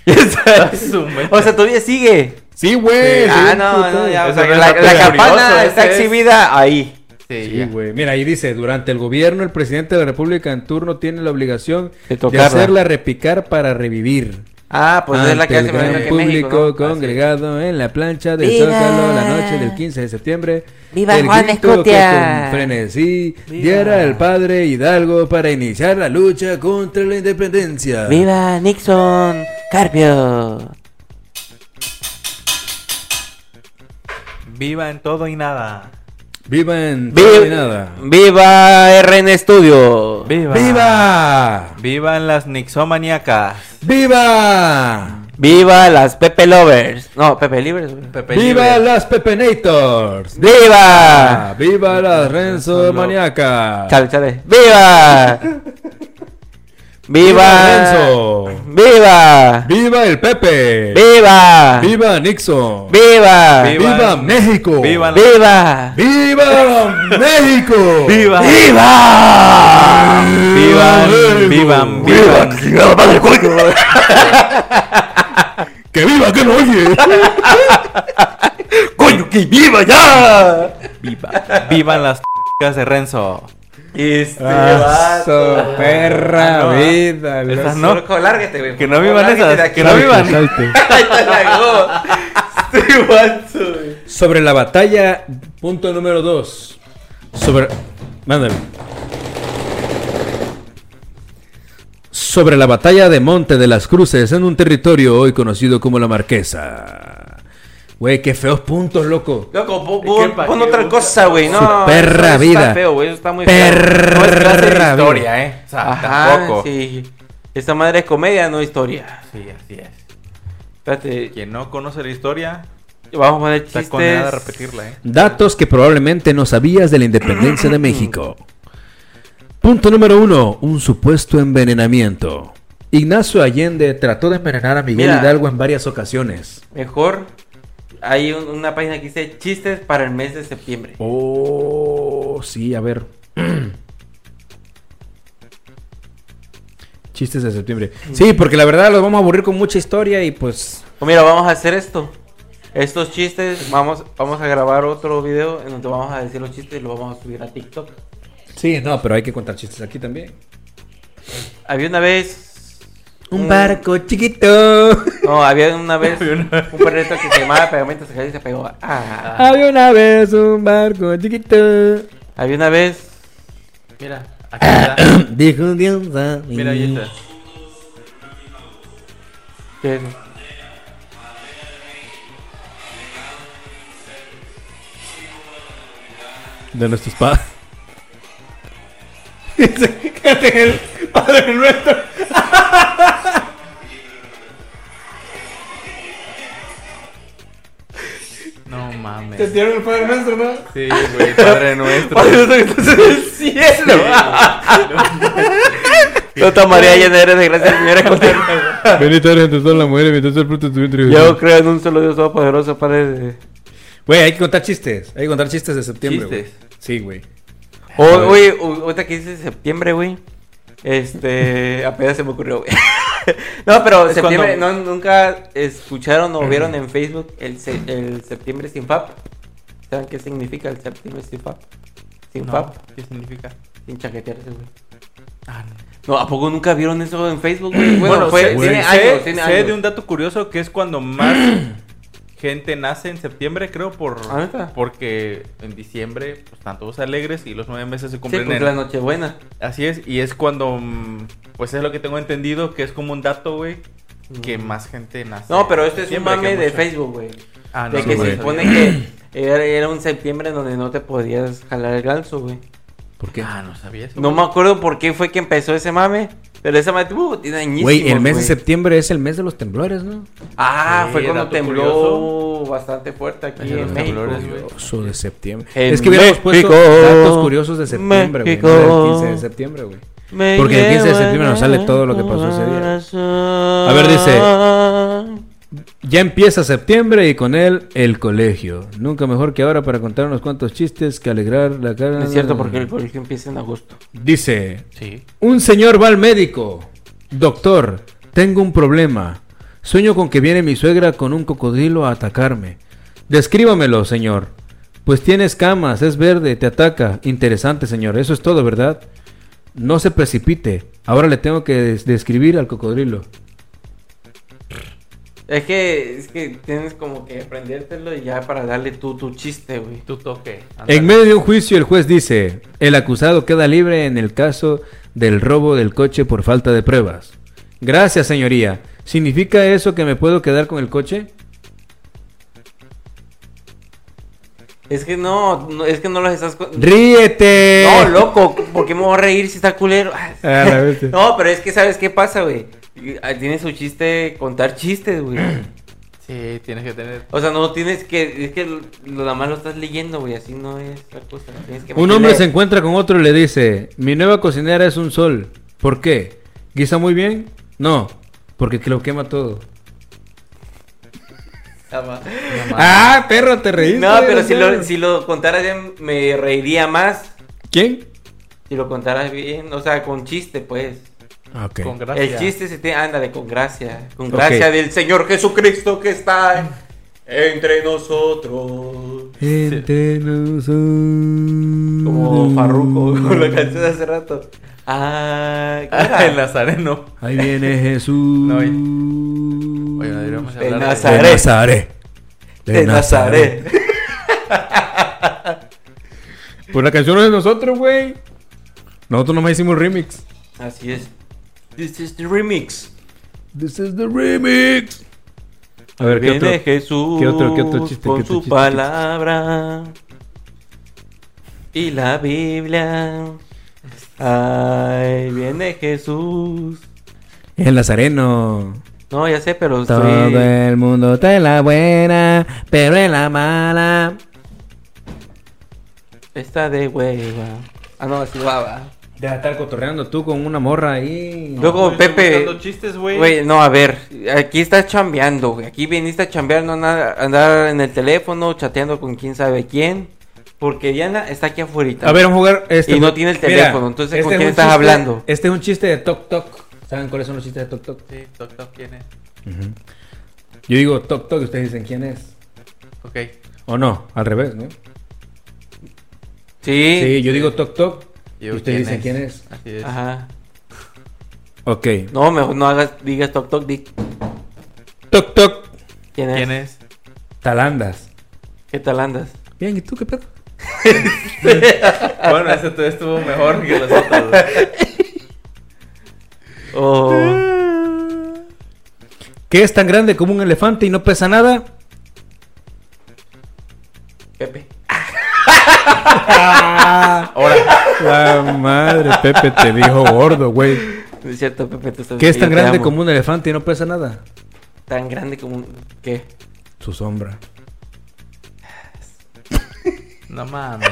D: Ah, su madre.
B: o sea, todavía sigue.
C: Sí, güey. sí,
B: ah,
C: un
B: no,
C: putón.
B: no, ya. o
D: Eso
B: sea,
D: no es
B: la
D: dato
B: la
D: curioso,
B: campana
D: ese
B: está
D: es-
B: exhibida ahí.
D: Sí,
C: Sí,
D: ya.
C: güey. Mira, ahí dice, durante el gobierno, el presidente de la República en turno tiene la obligación
B: De
C: de,
B: tocarla.
C: hacerla repicar para revivir.
B: Ah, pues es la que
C: Ante
B: hace
C: el gran
B: menos que
C: público
B: México. ¿no?
C: congregado en la plancha del
E: ¡Viva!
C: Zócalo la noche del 15 de septiembre.
E: ¡Viva
C: el
E: Juan
C: grito
E: Escutia!
C: que con frenesí
B: ¡Viva!
C: diera el padre Hidalgo para iniciar la lucha contra la independencia.
B: ¡Viva Nixon! ¡Carpio!
D: Viva en todo y nada.
C: ¡Viva en
B: Vi-
C: todo y nada!
B: ¡Viva RN Studio!
D: Viva.
C: ¡Viva!
D: Viva en las nixomaníacas.
C: ¡Viva!
B: ¡Viva las Pepe Lovers! No, Pepe Libres. güey.
D: Pepe
C: ¡Viva
D: Libre.
C: las Pepenators!
B: ¡Viva!
C: ¡Viva las Renzo
D: Solo-
C: Maniacas!
B: Chale, chale. ¡Viva! ¡Viva!
C: Renzo!
B: ¡Viva!
C: ¡Viva el Pepe!
B: ¡Viva!
C: ¡Viva Nixon!
B: ¡Viva!
D: Viva-
C: ¡Viva México!
D: ¡Viva
C: <laughs>
D: la-
B: ¡Viva!
C: ¡Viva México!
D: Viva.
B: ¡Viva!
D: Vivan, vivan, vivan.
C: chingada madre, <laughs> coño! ¡Que viva, que no oye! <laughs>
B: ¡Coño, que viva ya!
D: Viva. Vivan las t***as de Renzo.
B: Este
C: ¡Ah,
B: vato.
C: su perra
D: Ah, no, ah.
C: vida!
D: Esas
C: loco.
D: no.
B: Loco, lárgate, güey.
D: Que no vivan
B: Lárgate de <laughs>
D: esas,
B: aquí.
D: que no vivan.
C: Salte.
B: Ahí te la cagó. Este vato, güey.
C: Sobre la batalla, punto número 2. Sobre. Mándame. Sobre la batalla de Monte de las Cruces en un territorio hoy conocido como la Marquesa. Güey, qué feos puntos, loco.
B: Loco, pon,
D: ¿Y qué
B: pon-
D: pa'
B: pon
D: qué
B: otra
D: buscas?
B: cosa, güey. No,
C: Su perra
B: eso Está
C: vida.
B: feo, güey. Eso está muy
C: Perra
B: feo. No es clase de Ah, historia.
C: vida.
D: Historia, eh. O sea,
B: Ajá,
D: tampoco.
B: sí. Esta madre es comedia, no historia.
D: Sí, así es.
B: Espérate,
D: Quien no conoce la historia,
B: vamos a poner
D: está
B: chistes.
D: condenada a repetirla, eh.
C: Datos que probablemente no sabías de la independencia de México. Punto número 1. Un supuesto envenenamiento. Ignacio Allende trató de envenenar a Miguel
B: Mira.
C: Hidalgo en varias ocasiones.
B: Mejor, hay un- una página que dice chistes para el mes de septiembre.
C: Oh, sí, a ver. <clears throat> Chistes de septiembre. Sí, porque la verdad los vamos a aburrir con mucha historia y pues.
B: O mira, vamos a hacer esto. Estos chistes, vamos, vamos a grabar otro video en donde vamos a decir los chistes y lo vamos a subir a TikTok.
C: Sí, no, pero hay que contar chistes aquí también.
B: Había una vez.
C: Un barco chiquito.
B: No, había una vez un perrito que se llamaba Pegamento se cayó y se pegó. Ah.
C: <laughs> Había una vez un barco chiquito.
B: Había una vez.
D: Mira, aquí está.
C: <clears throat> Dijo un día un amigo.
D: Mira, ahí está.
B: que-
C: De nuestros <laughs> padres. el Padre Nuestro.
D: No mames.
C: Te tiraron el Padre Nuestro, ¿no?
D: Sí, güey, padre nuestro.
B: Padre nuestro que estás en el cielo. <laughs> Yo tomaría llanero de gracia, señora contigo. <laughs>
G: Bendita eres entre todas las mujeres, bendito el fruto de tu vientre. Jesús.
B: Yo creo en un solo Dios todopoderoso, Padre. de-
C: Güey, hay que contar chistes. Hay que contar chistes de septiembre. güey.
D: Chistes.
C: Sí, güey.
B: O- Oye, o- ahorita que dices septiembre, güey.
D: <laughs>
B: Este, apenas se me ocurrió, güey. <laughs> No, pero
D: Es
B: septiembre,
D: cuando-
B: ¿no, ¿nunca escucharon o vieron en Facebook el, se- el septiembre sin FAP? ¿Saben qué significa el septiembre sin FAP? Sin
D: No,
B: FAP,
D: ¿Qué significa?
B: sin chaquetearse, güey. No, ¿a poco nunca vieron eso en Facebook,
D: <clears throat>
B: güey?
D: Ah,
B: Bueno,
D: Bueno,
B: fue-
D: sé,
B: tiene
D: sé-
B: años, tiene
D: sé
B: años.
D: de un dato curioso que es cuando
B: <clears throat>
D: más gente nace en septiembre, creo, por
B: Ah, ¿neta?
D: porque en diciembre pues, están todos alegres y los nueve meses se
B: Sí,
D: cumplen.
B: pues
D: en-
B: la Nochebuena.
D: Así es, y es cuando, mm, pues es lo que tengo entendido, que es como un dato, güey, que más gente nace.
B: Mm. No, pero
D: en
B: este es un
D: septiembre que
B: mame de
D: mucho.
B: Facebook, güey.
D: Ah,
B: de
D: no, no,
B: que
D: no,
B: se
D: no
B: supone
D: sabía.
B: que era, era un septiembre donde no te podías jalar el ganso, güey.
C: ¿Por qué?
D: Ah, no sabía eso.
B: No
D: güey.
B: me acuerdo por qué fue que empezó ese mame. Pero ese mame uh, tiene añísimos,
C: Güey, el mes de
B: güey.
C: septiembre es el mes de los temblores, ¿no?
B: Ah,
D: Sí,
B: fue cuando
D: dato
B: tembló
D: curioso.
B: bastante fuerte aquí
D: Ese de
B: en
D: los
B: México.
D: temblores,
B: güey.
C: Curioso de septiembre.
B: En
C: es que hubiéramos puesto
B: México,
C: datos curiosos de septiembre, güey.
B: México.
C: No del 15 de septiembre, güey. Porque el 15 de septiembre nos sale todo lo que pasó ese
B: día.
C: A ver, dice- Ya empieza septiembre y con él el colegio. Nunca mejor que ahora para contar unos cuantos chistes que alegrar la cara.
B: Es cierto, porque el colegio empieza en agosto.
C: Dice,
D: Sí.
C: Un señor va al médico. Doctor, tengo un problema. Sueño con que viene mi suegra con un cocodrilo a atacarme. Descríbamelo, señor. Pues tiene escamas, es verde, te ataca. Interesante, señor. Eso es todo, ¿verdad? No se precipite. Ahora le tengo que des- describir al cocodrilo.
B: Es que, es que tienes como que aprendértelo y ya para darle tú tu chiste, güey.
D: Tu toque.
C: En medio de un juicio, el juez dice, el acusado queda libre en el caso del robo del coche por falta de pruebas. Gracias, señoría. ¿Significa eso que me puedo quedar con el coche?
B: Es que no, no- es que no los estás... con-
C: ¡Ríete!
B: No, loco, ¿por qué me voy a reír si está culero?
G: Ah,
B: <laughs>
G: la bestia.
B: no, pero es que ¿sabes qué pasa, güey? Ah, Tiene su chiste contar chistes, güey.
D: Sí, tienes que tener.
B: O sea, no tienes que... Es que lo- nada más lo estás leyendo, güey. Así no es la cosa. Tienes que
C: Un
B: meterle-
C: hombre se encuentra con otro y le dice, mi nueva cocinera es un sol. ¿Por qué? ¿Guisa muy bien? No, porque que lo quema todo.
B: Ah, va.
C: ¡Ah, perro, te reíste!
B: No, pero si
C: perro.
B: lo, si lo contara bien, me reiría más.
C: ¿Quién?
B: Si lo contara bien, o sea, con chiste, pues.
C: Ah, ok.
D: Con gracia.
B: El chiste se te ándale con gracia, con
C: Ok.
B: gracia del Señor Jesucristo que está entre nosotros.
C: Entre nosotros.
B: Como <laughs> Farruco, como la canción de hace rato. Ah, ¿qué
C: <laughs>
B: era?
D: Ah, el nazareno.
B: <laughs>
C: Ahí viene Jesús.
D: No, y- Oye, no
C: de
D: deberíamos
B: De
D: hablar de-
B: Nazaret.
C: Nazaret.
B: de Nazaret.
G: Pues la canción no es de nosotros, güey. Nosotros nomás hicimos remix.
B: Así es. This is the remix.
C: This is the remix. A ver, ¿qué
B: Viene
C: otro?
B: Jesús
G: qué otro- qué otro chiste,
B: con
G: qué otro
B: su
G: chiste,
B: palabra y la Biblia. Ay, viene Jesús.
C: El Nazareno.
B: No, ya sé, pero
C: Todo
B: estoy...
C: el mundo está en la buena, pero en la mala.
B: Está de hueva. Ah, no, así va, va.
C: Deja de estar cotorreando tú con una morra ahí.
B: No. Luego,
D: Güey, estoy
B: Pepe-
D: buscando chistes, güey.
B: Güey, no, a ver. Aquí estás chambeando, güey. Aquí viniste a chambear, no nada- andar en el teléfono, chateando con quién sabe quién. Porque Diana está aquí afuera.
C: A ver, vamos a jugar. Este,
B: Y no tiene el teléfono, entonces, ¿con quién
C: un
B: estás
C: chiste-
B: hablando?
C: Este es un chiste de Toc Toc. ¿Saben cuáles son los chistes de Toc Toc?
D: Sí, toc, toc, ¿quién es?
C: Yo digo Toc Toc y ustedes dicen quién es.
D: Ok.
C: O no, al revés, ¿no?
B: Sí.
C: Sí, yo digo Toc Toc y
D: Yo,
C: ustedes dicen quién es.
D: Así es.
B: Ajá.
C: Ok.
B: No, mejor no hagas, digas toc toc, di
C: Toc Toc.
B: quién es.
D: ¿Quién es?
C: Talandas.
B: ¿Qué tal andas?
C: Bien, ¿y tú qué pedo?
D: Bueno, ese todavía estuvo mejor que los otros. güey.
B: O
C: ¿Qué es tan grande como un elefante y no pesa nada?
B: Pepe.
C: Ah.
D: Ahora,
G: La madre, Pepe te dijo gordo, güey.
B: No es cierto, Pepe, tú sabes
C: ¿Qué es
B: que
C: tan
B: yo te
C: grande
B: amo.
C: como un elefante y no pesa nada?
B: Tan grande como un... ¿Qué?
C: Su sombra.
D: no mames.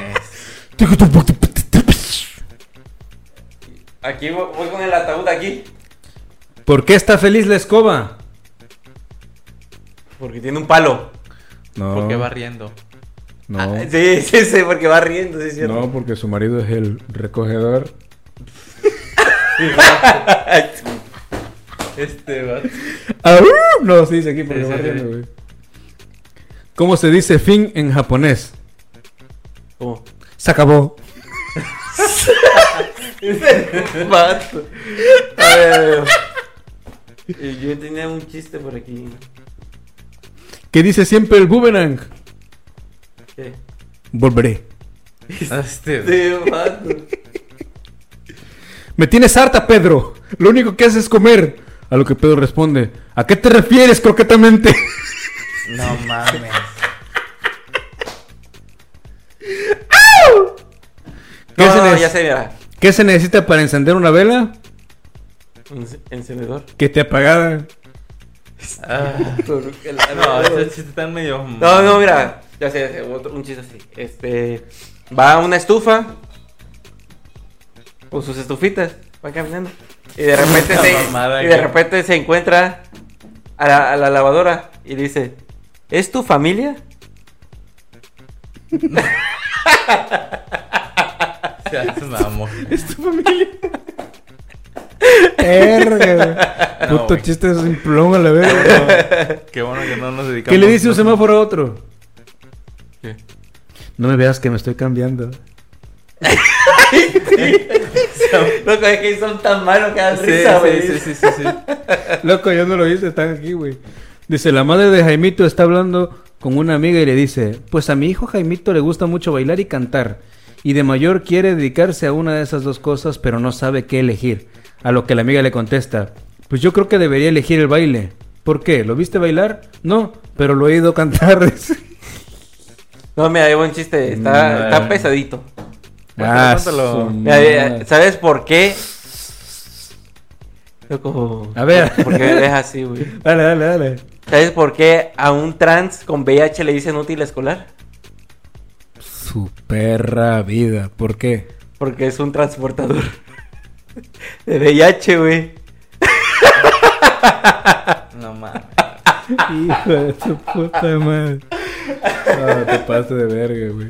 B: Aquí voy, voy con el ataúd aquí.
H: ¿Por qué está feliz la escoba?
B: Porque tiene un palo.
C: No.
D: Porque va riendo.
C: No.
B: Ah, sí, sí, sí, porque va riendo, sí, es cierto.
C: ¿Eh? No, porque su marido es el recogedor.
D: Este va.
C: Ah, uh, No, se dice aquí porque
D: Sí, sí,
C: va
D: sí.
C: riendo, güey. ¿Cómo se dice fin en japonés?
B: ¿Cómo? <laughs>
C: Se acabó.
B: Vato. A ver, a ver. Eh, Yo tenía un chiste por aquí.
C: ¿Qué dice siempre el boomerang?
B: ¿Qué?
C: Volveré.
D: Este va.
B: Sí, vato.
C: Me tienes harta, Pedro. Lo único que haces es comer. A lo que Pedro responde. ¿A qué te refieres <laughs> coquetamente?
D: No mames.
C: ¿Qué,
B: No,
C: se
B: no, no,
C: nece-
B: ya se verá.
C: ¿Qué se necesita para encender una vela?
B: Un encendedor.
C: Que te apagada.
D: Ah, no,
B: No,
D: esos chistes están medio.
B: no, no, mira. Ya sé, ya sé, otro- un chiste así. Este. Va a una estufa. Con sus estufitas. Va caminando. Y de <laughs> repente
D: Esa
B: se.
D: mamada
B: Y de
D: que-
B: repente se encuentra a la, a la lavadora. Y dice. ¿Es tu familia?
D: Se hace mamón.
B: Este-
C: <laughs> Erga, güey.
D: No,
C: Puto
D: güey.
C: chiste simplón a la verga. <laughs>
D: Qué bueno que no nos dedicamos.
C: ¿Qué le dice un
D: no-
C: semáforo a otro?
B: ¿Qué?
C: No me veas que me estoy cambiando.
B: Loco, es que son tan malos que dan
D: Sí,
B: <laughs> risa, güey.
D: sí, sí, sí, sí, sí.
C: Loco, yo no lo hice, están aquí, güey. Dice, la madre de Jaimito está hablando con una amiga y le dice, pues a mi hijo Jaimito le gusta mucho bailar y cantar. Y de mayor quiere dedicarse a una de esas dos cosas, pero no sabe qué elegir. A lo que la amiga le contesta, pues yo creo que debería elegir el baile. ¿Por qué? ¿Lo viste bailar? No, pero lo he ido a cantar. <laughs>
B: No, mira, hay buen chiste. Está,
D: Mm,
B: está
D: eh.
B: pesadito.
D: Ah,
C: su
D: su
B: Mira, mira, ¿Sabes por qué? Loco.
C: A ver.
B: ¿Por qué es así, güey?
C: Dale, dale, dale.
B: ¿Sabes por qué a un trans con VIH le dicen útil escolar?
C: Su perra vida. ¿Por qué?
B: Porque es un transportador <laughs> de VIH, güey.
D: No
B: <laughs>
D: mames.
C: Hijo de tu puta madre. No, te pasaste de verga, güey.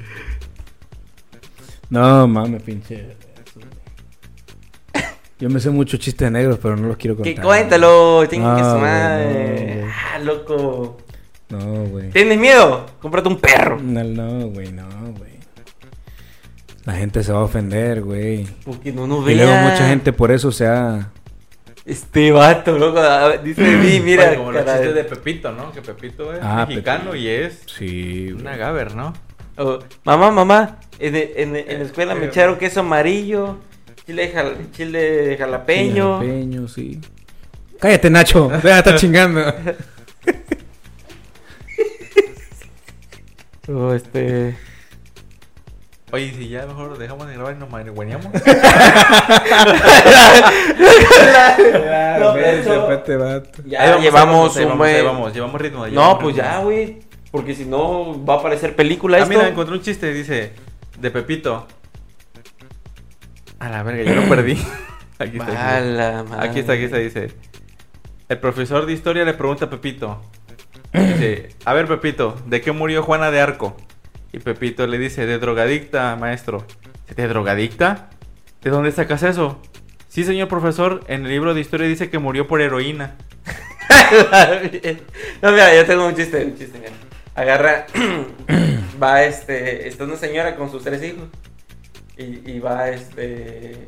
C: No mames, pinche. Yo me sé muchos chistes negros, pero no los quiero contar.
B: Que cuéntalo, chingue
C: No,
B: su
C: Ah,
B: madre.
C: güey, no, güey.
B: ah, loco.
C: No, güey.
B: ¿Tienes miedo? Cómprate un perro.
C: No, no, güey, no, güey. La gente se va a ofender, güey.
B: Porque no nos
C: Y
B: vean.
C: luego mucha gente por eso se ha...
B: Este vato, loco. ah, Dice
C: <clears throat>
B: vi, mira.
D: Oye, como los
B: cara
D: chistes
B: de-
D: de Pepito, ¿no? Que Pepito es
C: Ah,
D: mexicano y es
C: Sí,
D: una gaber, ¿no?
B: Oh, mamá, mamá, en, en- en la escuela me
D: Eh,
B: echaron queso amarillo, chile, jal- chile jalapeño.
C: Jalapeño, sí. Cállate, Nacho. Deja de estar chingando.
B: Oh,
D: <laughs>
B: este... <laughs>
D: Oye, ¿y si ya mejor dejamos de grabar y nos marihuaneamos.
B: <laughs>
D: Ah,
B: No, ves, eso- fue este <laughs> Ya llevamos
D: ahí
B: un
D: vamos, ahí
B: buen...
D: vamos, llevamos ritmo.
B: No,
D: llevamos
B: pues
D: ritmo.
B: ya, güey. Porque si no, va a aparecer película
D: Ah,
B: esto.
D: mira, encontré un chiste, dice, de Pepito. A la verga, yo lo perdí. <laughs> aquí está.
B: A
D: Aquí
B: la
D: está,
B: madre.
D: aquí está, aquí está, dice. El profesor de historia le pregunta a Pepito. Dice, a ver, Pepito, ¿de qué murió Juana de Arco? Y Pepito le dice, de drogadicta, maestro. Dice, ¿De drogadicta? ¿De dónde sacas eso? Sí, señor profesor, en el libro de historia dice que murió
C: <laughs>
D: por heroína.
B: no, mira, yo tengo un chiste, un chiste, mira. Agarra, <clears throat> va este, está una señora con sus tres hijos. Y, y va este,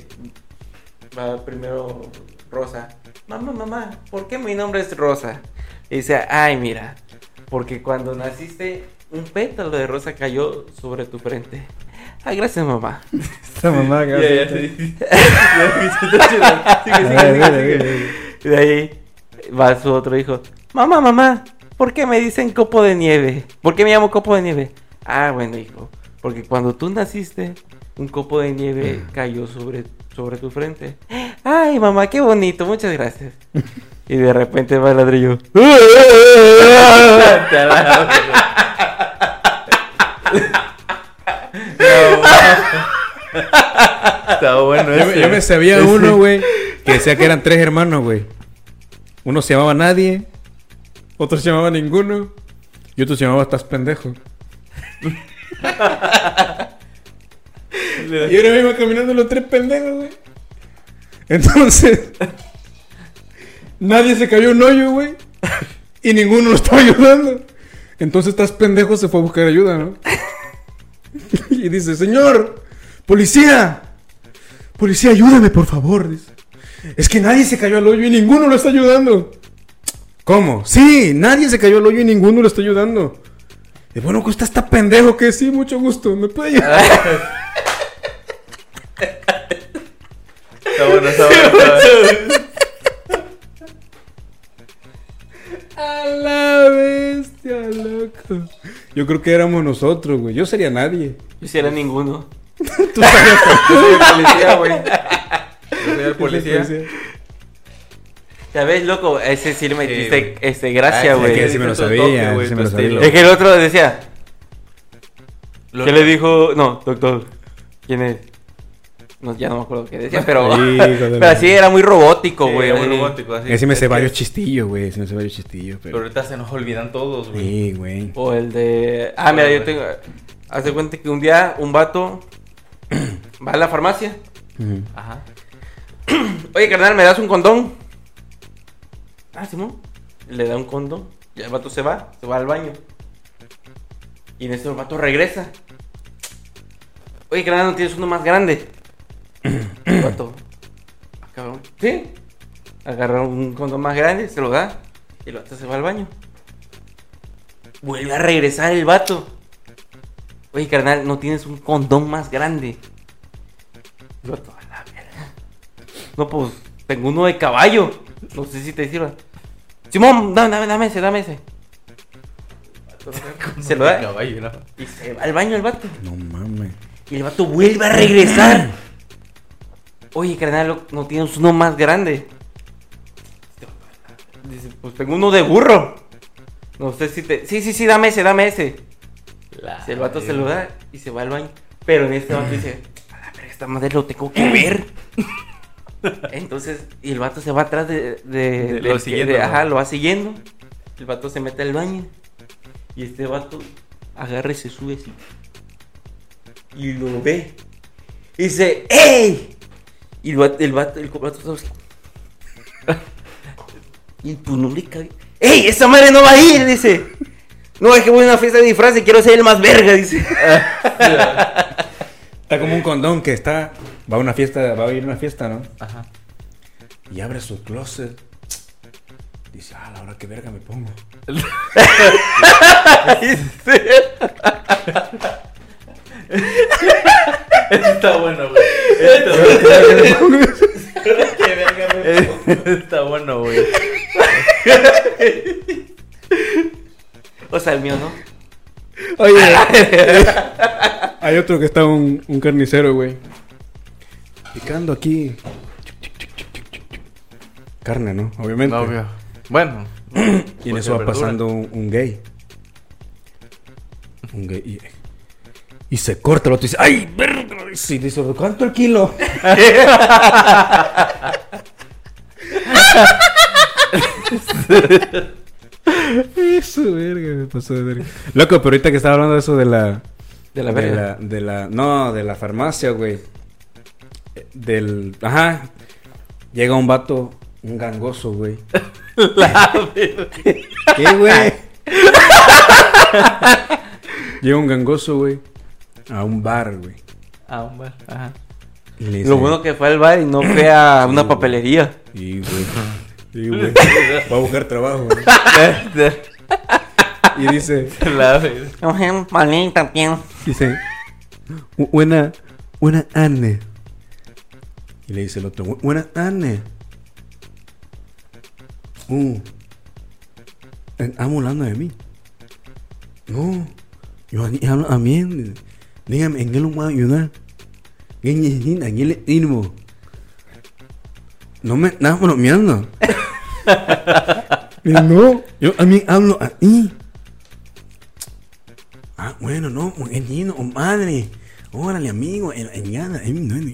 B: va primero Rosa. Mamá, mamá, ¿por qué mi nombre es Rosa? Y dice, ay, mira, porque cuando naciste, un pétalo de rosa cayó sobre tu frente. Ah, gracias, mamá.
C: Esta mamá,
D: Ya,
C: cabrón.
D: <laughs> ya, sí. Ya, sigue, sigue,
C: A ver,
D: sigue,
C: dale,
D: sigue.
C: dale.
B: Y de ahí va su otro hijo. Mamá, mamá, ¿por qué me dicen copo de nieve? ¿Por qué me llamo copo de nieve? Ah, bueno, hijo, porque cuando tú naciste, un copo de
D: Eh.
B: nieve cayó sobre, sobre tu frente. Ay, mamá, qué bonito, muchas
D: <laughs>
B: gracias. Y de repente va el ladrillo.
C: <laughs>
D: No, Está bueno
C: Yo, me-
D: ese.
C: yo me sabía uno, güey, que decía que eran tres hermanos, güey. Uno se llamaba Nadie, otro se llamaba Ninguno y otro se llamaba Estás
D: <laughs>
C: Pendejo. y ahora mismo caminando los tres pendejos, güey. Entonces, Nadie se cayó en un hoyo, güey. Y ninguno lo estaba ayudando. Entonces, Estás Pendejo se fue a buscar ayuda, ¿no? <laughs> y dice, señor, policía, Policía, ayúdame, por favor. dice. Es que nadie se cayó al hoyo y ninguno lo está ayudando. ¿Cómo? Sí, nadie se cayó al hoyo y ninguno lo está ayudando. Y bueno, que usted está pendejo, que sí, mucho gusto. ¿Me puede ayudar?
D: Está bueno, está
C: <laughs>
D: bueno. Está bueno.
C: A la bestia, loco. Yo creo que éramos nosotros, güey. Yo sería nadie.
B: Yo si era ninguno.
C: Tú serías
D: Yo soy el policía, güey. Yo soy el policía.
B: Ya ves, loco, ese sí le metiste
D: güey.
B: este, gracia,
D: Ah, sí,
B: güey.
D: que
C: sí me lo
D: Ese es tu
C: sabía,
D: toque, güey,
C: sí me lo
D: tu estilo.
B: Es que el otro decía,
D: Lo-
B: ¿qué le dijo? No, doctor, ¿quién es? No, ya no me acuerdo qué
D: <laughs>
B: decía, pero, <laughs>
C: Hijo de
B: pero
C: la-
B: así era muy robótico,
D: Sí,
B: güey.
D: era muy
B: así.
D: robótico, así.
C: Y así Eh, me sé
D: Es que-
C: varios chistillos, güey. Sí me sé varios chistillos,
D: Pero
C: pero...
D: ahorita se nos olvidan todos, güey.
C: Sí, güey.
B: O el de. Ah, mira, yo tengo. Haz de cuenta que un día un vato <clears throat> va a la farmacia.
C: Ujú.
D: Ajá.
B: Oye, carnal, ¿me das un condón? Ah, Simón. Le da un condón. Y el vato se va, se va al baño. Y en eso el vato regresa. Oye, carnal, ¿no tienes uno más grande? <clears throat> El vato. "Ah, cabrón. ¿Sí? Agarra un condón más grande, se lo da. Y el vato se va al baño. Vuelve a regresar el vato. Oye, carnal, ¿no tienes un condón más grande? El vato, "A la verga". No, pues, tengo uno de caballo. No sé si te sirva. Simón, dame, dame, dame ese, dame ese. Se lo da
D: Caballo, <laughs> ¿no?
B: y se va al baño el vato.
C: No mames.
B: Y el vato vuelve a regresar. Oye, carnal, lo- ¿no tienes uno más grande? Dice, pues tengo uno de burro. No sé si te... Sí, sí, sí, dame ese, dame ese. Si el vato se lo da y se va al baño. Pero en este vato dice, a la verga, esta madre lo tengo que
D: <laughs>
B: ver. Entonces, y el vato se va atrás de... de-
D: De-
B: de-
D: lo siguiendo,
B: de-
D: ¿no?
B: ajá, lo va siguiendo. El vato se mete al baño. Y este vato agarra y se sube así. Y lo ve. Y dice, ¡Ey! Y el vato, el vato, el vato estaba así. Y pues no le cabe. ¡Ey! ¡Esa madre no va a ir! Dice. No, es que voy a una fiesta de disfraz y quiero ser el más verga, dice.
C: Está como un condón que está... Va a una fiesta, va a ir a una fiesta, ¿no?
D: Ajá.
C: Y abre su closet. Dice, ah, la hora que verga me pongo.
D: Está bueno, güey. Está <laughs> bueno. Está bueno, güey.
B: O sea, el mío, ¿no?
C: Oye, <laughs> hay otro que está un, un carnicero, güey. Picando aquí. Carne, ¿no? Obviamente.
D: No, obvio. Bueno.
C: y en eso va
D: porque verdura.
C: pasando un, un gay. Un gay. Y, y se corta el otro y dice, ¡ay, verga! Y dice, ¿cuánto el kilo? Eso, verga, me pasó de verga. Loco, pero ahorita que estaba hablando de eso de la.
B: De la verga.
C: la- de la- no, de la farmacia, güey. Eh, Del. Ajá. Llega un vato, un gangoso, güey. ¿Qué, güey? Llega un gangoso, güey. A un bar, güey.
D: Ah, un bar. Ajá.
C: Y le dice,
B: Lo bueno que fue al bar y no fue a una papelería.
C: Y, güey. Y, güey. Va a buscar trabajo, güey. Y dice.
D: La vez.
B: Ojen, malita, bien.
C: Dice, "Bu- buena, buena Anne. Y le dice el otro, "Bu- buena Anne. Uh, estamos hablando de mí. No, yo a- hablo a mí. Dígame, ¿en qué lo puedo ayudar? ¿En qué- en qué le sirvo? No me
I: <laughs>
C: estás bromeando. no, yo a mí hablo a pues, ti. Ah, bueno, no, un genino, un oh, madre. Órale, amigo, en, en Ghana, en Ghana.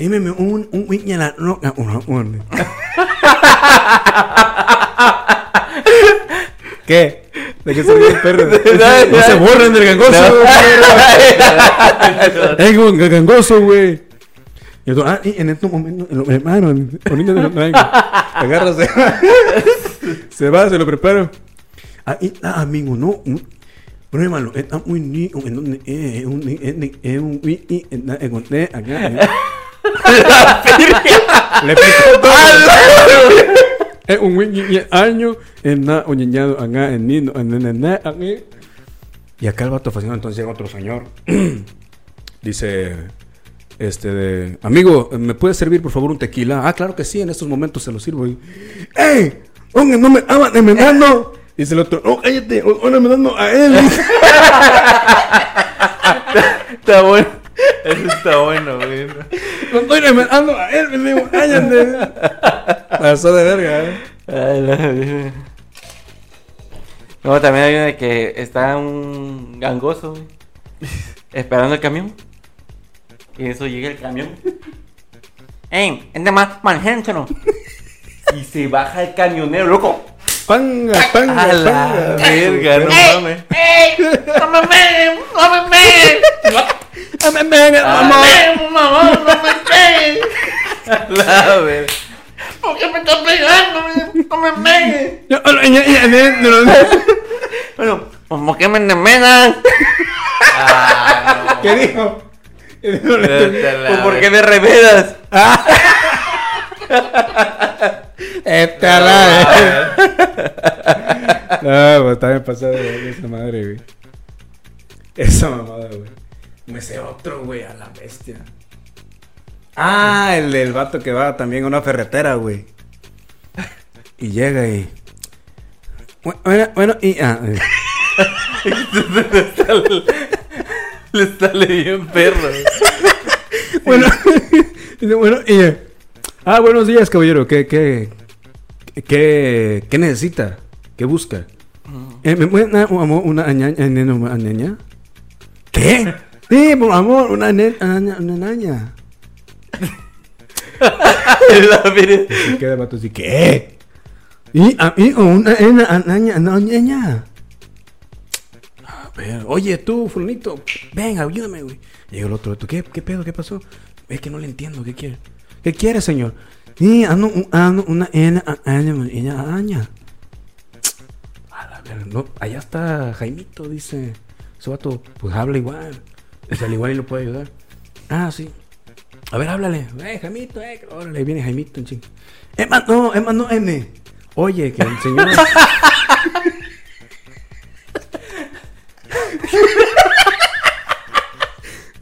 C: Émeme un, un wiki a la roca, por favor.
I: <laughs> ¿Qué? ¿De qué se ríe el
C: <laughs>
I: perro?
B: No <laughs> se
I: borren del gangoso,
B: <laughs>
C: <laughs>
I: Es un gangoso, güey.
C: Y yo, ah, y en estos momentos, lo- hermano, ahorita te lo traigo.
I: Agarra, se
C: <laughs>
I: va. se va, se lo preparo.
C: Ahí está, "Ah, amigo, no. un- Pruébalo, está muy rico. ¿En dónde es? Es un, es de- es un wiki, está- encontré acá.
I: Le picó todo. Es un wiki y año. En na, oñeñado, acá, en nido, en na, na, na, aquí.
C: Y acá el vato fascinado, entonces llega otro señor.
I: Dice, este, de, amigo, ¿me puede servir por favor un tequila? Ah, claro que sí, en estos momentos se lo sirvo. Y,
C: ¡Ey! ¡Oye, no me amas, me mando!
I: dice el otro,
C: ¡No, cállate! ¡Ahora me dando a él!
D: Está bueno. Eso está bueno, güey.
I: no estoy remedando a él, me digo, cállate. Pasó de verga, ¿eh?
B: Ay, la verga. No, también hay una de que está un gangoso, güey, Esperando el camión. Y en eso llega el camión. ¡Ey! ¡Ende más manjéntelo! Y se baja el camionero, loco.
I: Panga, panga,
B: A la
I: panga.
B: verga, no
D: <laughs>
B: mames.
F: ¡Ey! ¡No me ven! ¡No me ven! ¡Ven, mamá! ¡No me ven!
B: A la verga.
F: ¿Por qué me estás pegando? ¡No me ven!
B: Bueno, pues ¿por qué me envenenan?
D: Ah,
I: ¿Qué dijo?
B: Pues ¿por qué me <laughs> remedas?
I: Esta la No, pues está bien pasada de verga esa madre, güey. Esa mamada, güey. Me sé otro, güey, a la bestia. Ah, el del vato que va también a una ferretera, güey.
C: Y llega y. Bueno, bueno, y. Ah, eh.
D: Le sale bien perro. güey.
I: Bueno, <laughs> dice, bueno, y. eh, Ah, buenos días, caballero. ¿Qué, qué, qué, qué necesita? ¿Qué busca?
C: Eh, ¿Me pueden dar, por favor, una añaña? nena, una añaña? ¿Qué? Sí, por favor, una nena, aña- una añaña.
B: A la verga.
I: Se queda el vato así, ¿qué?
C: "Eh". Y a mí, o una nena, añaña, no, añaña. A ver, oye, tú, fulanito, ven, ayúdame, güey. Llega el otro, ¿tú qué, qué pedo, qué pasó? Es que no le entiendo, ¿qué quiere? ¿Qué quiere, señor? Sí, ando, un- ando una nena, aña, aña, aña. A la verga, no, allá está Jaimito, dice. Ese vato, pues habla igual. Es al igual y lo puede ayudar. Ah, sí. A ver, háblale. Eh, Jaimito, eh, órale, viene Jaimito, en ching. Emma, no, Emma, no, N. Oye, que el señor.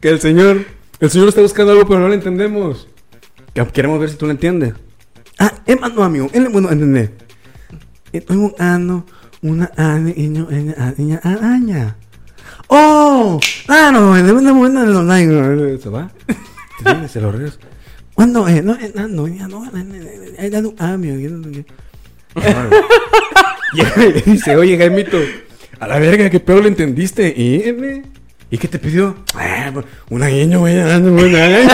I: Que el señor, el señor está buscando algo, pero no lo entendemos.
C: que queremos ver si tú lo entiendes. Ah, Emma, no, amigo. Él, bueno, entender. Estoy buscando una ane- niño- ene- a- niña araña. ¡Oh! Claro, de una buena de los likes. Se va. Se viene, Se lo regreso. ¿Cuándo es? No, eh, no, no, ya no, eh, eh, eh, ya no, ah, amigo, ya no, ya.
D: <laughs>
I: Llega y le <laughs> dice, oye, Jaimito, a la verga, qué pedo le entendiste. ¿Y, M? ¿Y qué te pidió?
C: Ah, pues, Una niña, güey, ah, no, güey.
D: <laughs>
I: <laughs>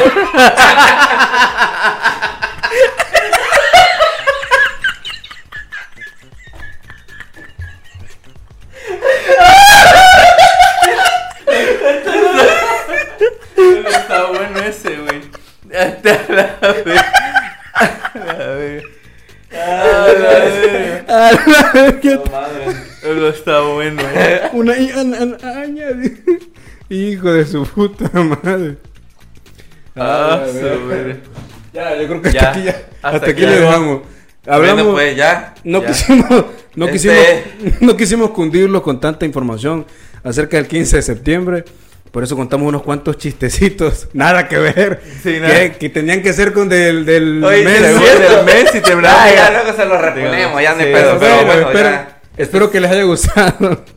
D: Está bueno ese, güey. Hasta la verga. A la verga. No mames. Eso está bueno, eh.
I: Una i- an- an- aña. Hijo de su puta madre.
D: Ah,
I: la
D: su
I: verga.
D: verga.
I: Ya, yo creo que
D: Ya,
I: hasta aquí ya.
D: hasta
I: Hasta, aquí
D: aquí ya.
I: le vamos. Hablamos.
B: Bueno, pues ya.
I: No
B: ya.
I: quisimos, no
B: Este-
I: quisimos, <laughs> no quisimos cundirlo con tanta información acerca del 15 de septiembre. Por eso contamos unos cuantos chistecitos, <laughs> nada que ver,
D: Sí,
I: que-
D: nada.
I: que, tenían que ser con del, del
B: Oye,
I: mes,
B: sí,
I: güey.
B: es
D: Del
B: cierto.
D: mes y te
B: Ah, ya
D: blanca.
B: luego se lo reponemos, ya no hay
D: Sí,
I: <laughs> Pero
B: pedo. Pero
I: bueno,
B: bueno,
I: espero,
B: ya.
I: espero que les haya gustado. <laughs>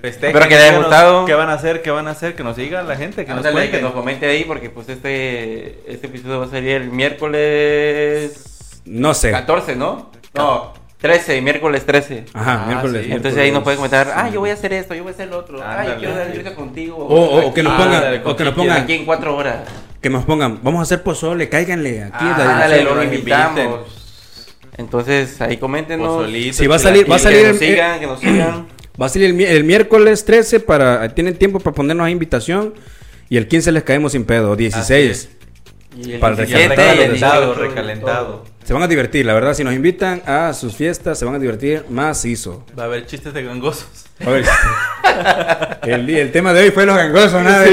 D: Festejen,
B: Espero que le haya
D: díganos
B: gustado.
D: ¿Qué van a hacer? ¿Qué van a hacer? Que nos diga la gente, que nos
B: Ándale,
D: cuente.
B: que nos comente ahí porque pues este, este episodio va a salir el miércoles
C: Eh.
I: No sé.
B: 14, ¿no? No, 13, miércoles 13.
C: Ajá,
D: Ah,
C: miércoles.
D: sí.
B: Entonces ahí no puedes comentar, ah, yo voy a hacer esto, yo voy a hacer lo otro, ah, yo
D: Ándale.
B: quiero dar libre contigo.
C: O, o- o que nos
D: Ah,
C: pongan,
D: dale,
C: o que
B: pongan
C: nos pongan,
B: Aquí en cuatro horas.
C: que nos pongan, vamos a hacer pozole, cáiganle aquí.
D: Ah,
C: la dirección.
B: Ándale,
D: los
B: lo invitamos.
D: invitamos.
B: Entonces ahí coméntenos.
D: Pozolitos,
C: Si va a salir- va a
B: Y
C: salir
B: Que
C: el- eh,
B: nos sigan, que nos sigan.
C: Va a salir el, mi- el miércoles 13 para, tienen tiempo para ponernos a invitación y el 15 les caemos sin pedo, o 16.
B: Y
C: Para el
B: diecisiete, y
C: recalentado,
B: el
D: recalentado,
B: dieciocho, y
D: recalentado.
C: Se van a divertir, la verdad, si nos invitan a sus fiestas, se van a divertir macizo.
D: Va a haber chistes de gangosos.
C: A ver. el, día- el tema de hoy fue los gangosos, nada.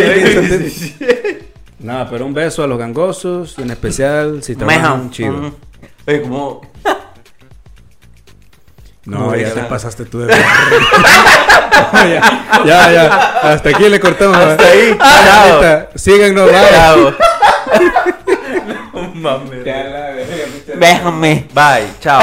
C: Nada, pero un beso a los gangosos, y en especial si trabajan
B: Mejam.
C: chido.
B: Ujú.
J: Mm.
B: Oye, como.
C: No,
J: No,
C: ya
J: ya
C: te
J: no.
C: pasaste tú <laughs> de
J: Ya, ya. Hasta aquí le cortamos. Hasta ahí.
C: <laughs> Ah,
J: Síganos. bye.
B: Chao. <laughs>
D: Mames.
B: Déjame.
D: Bye, chao.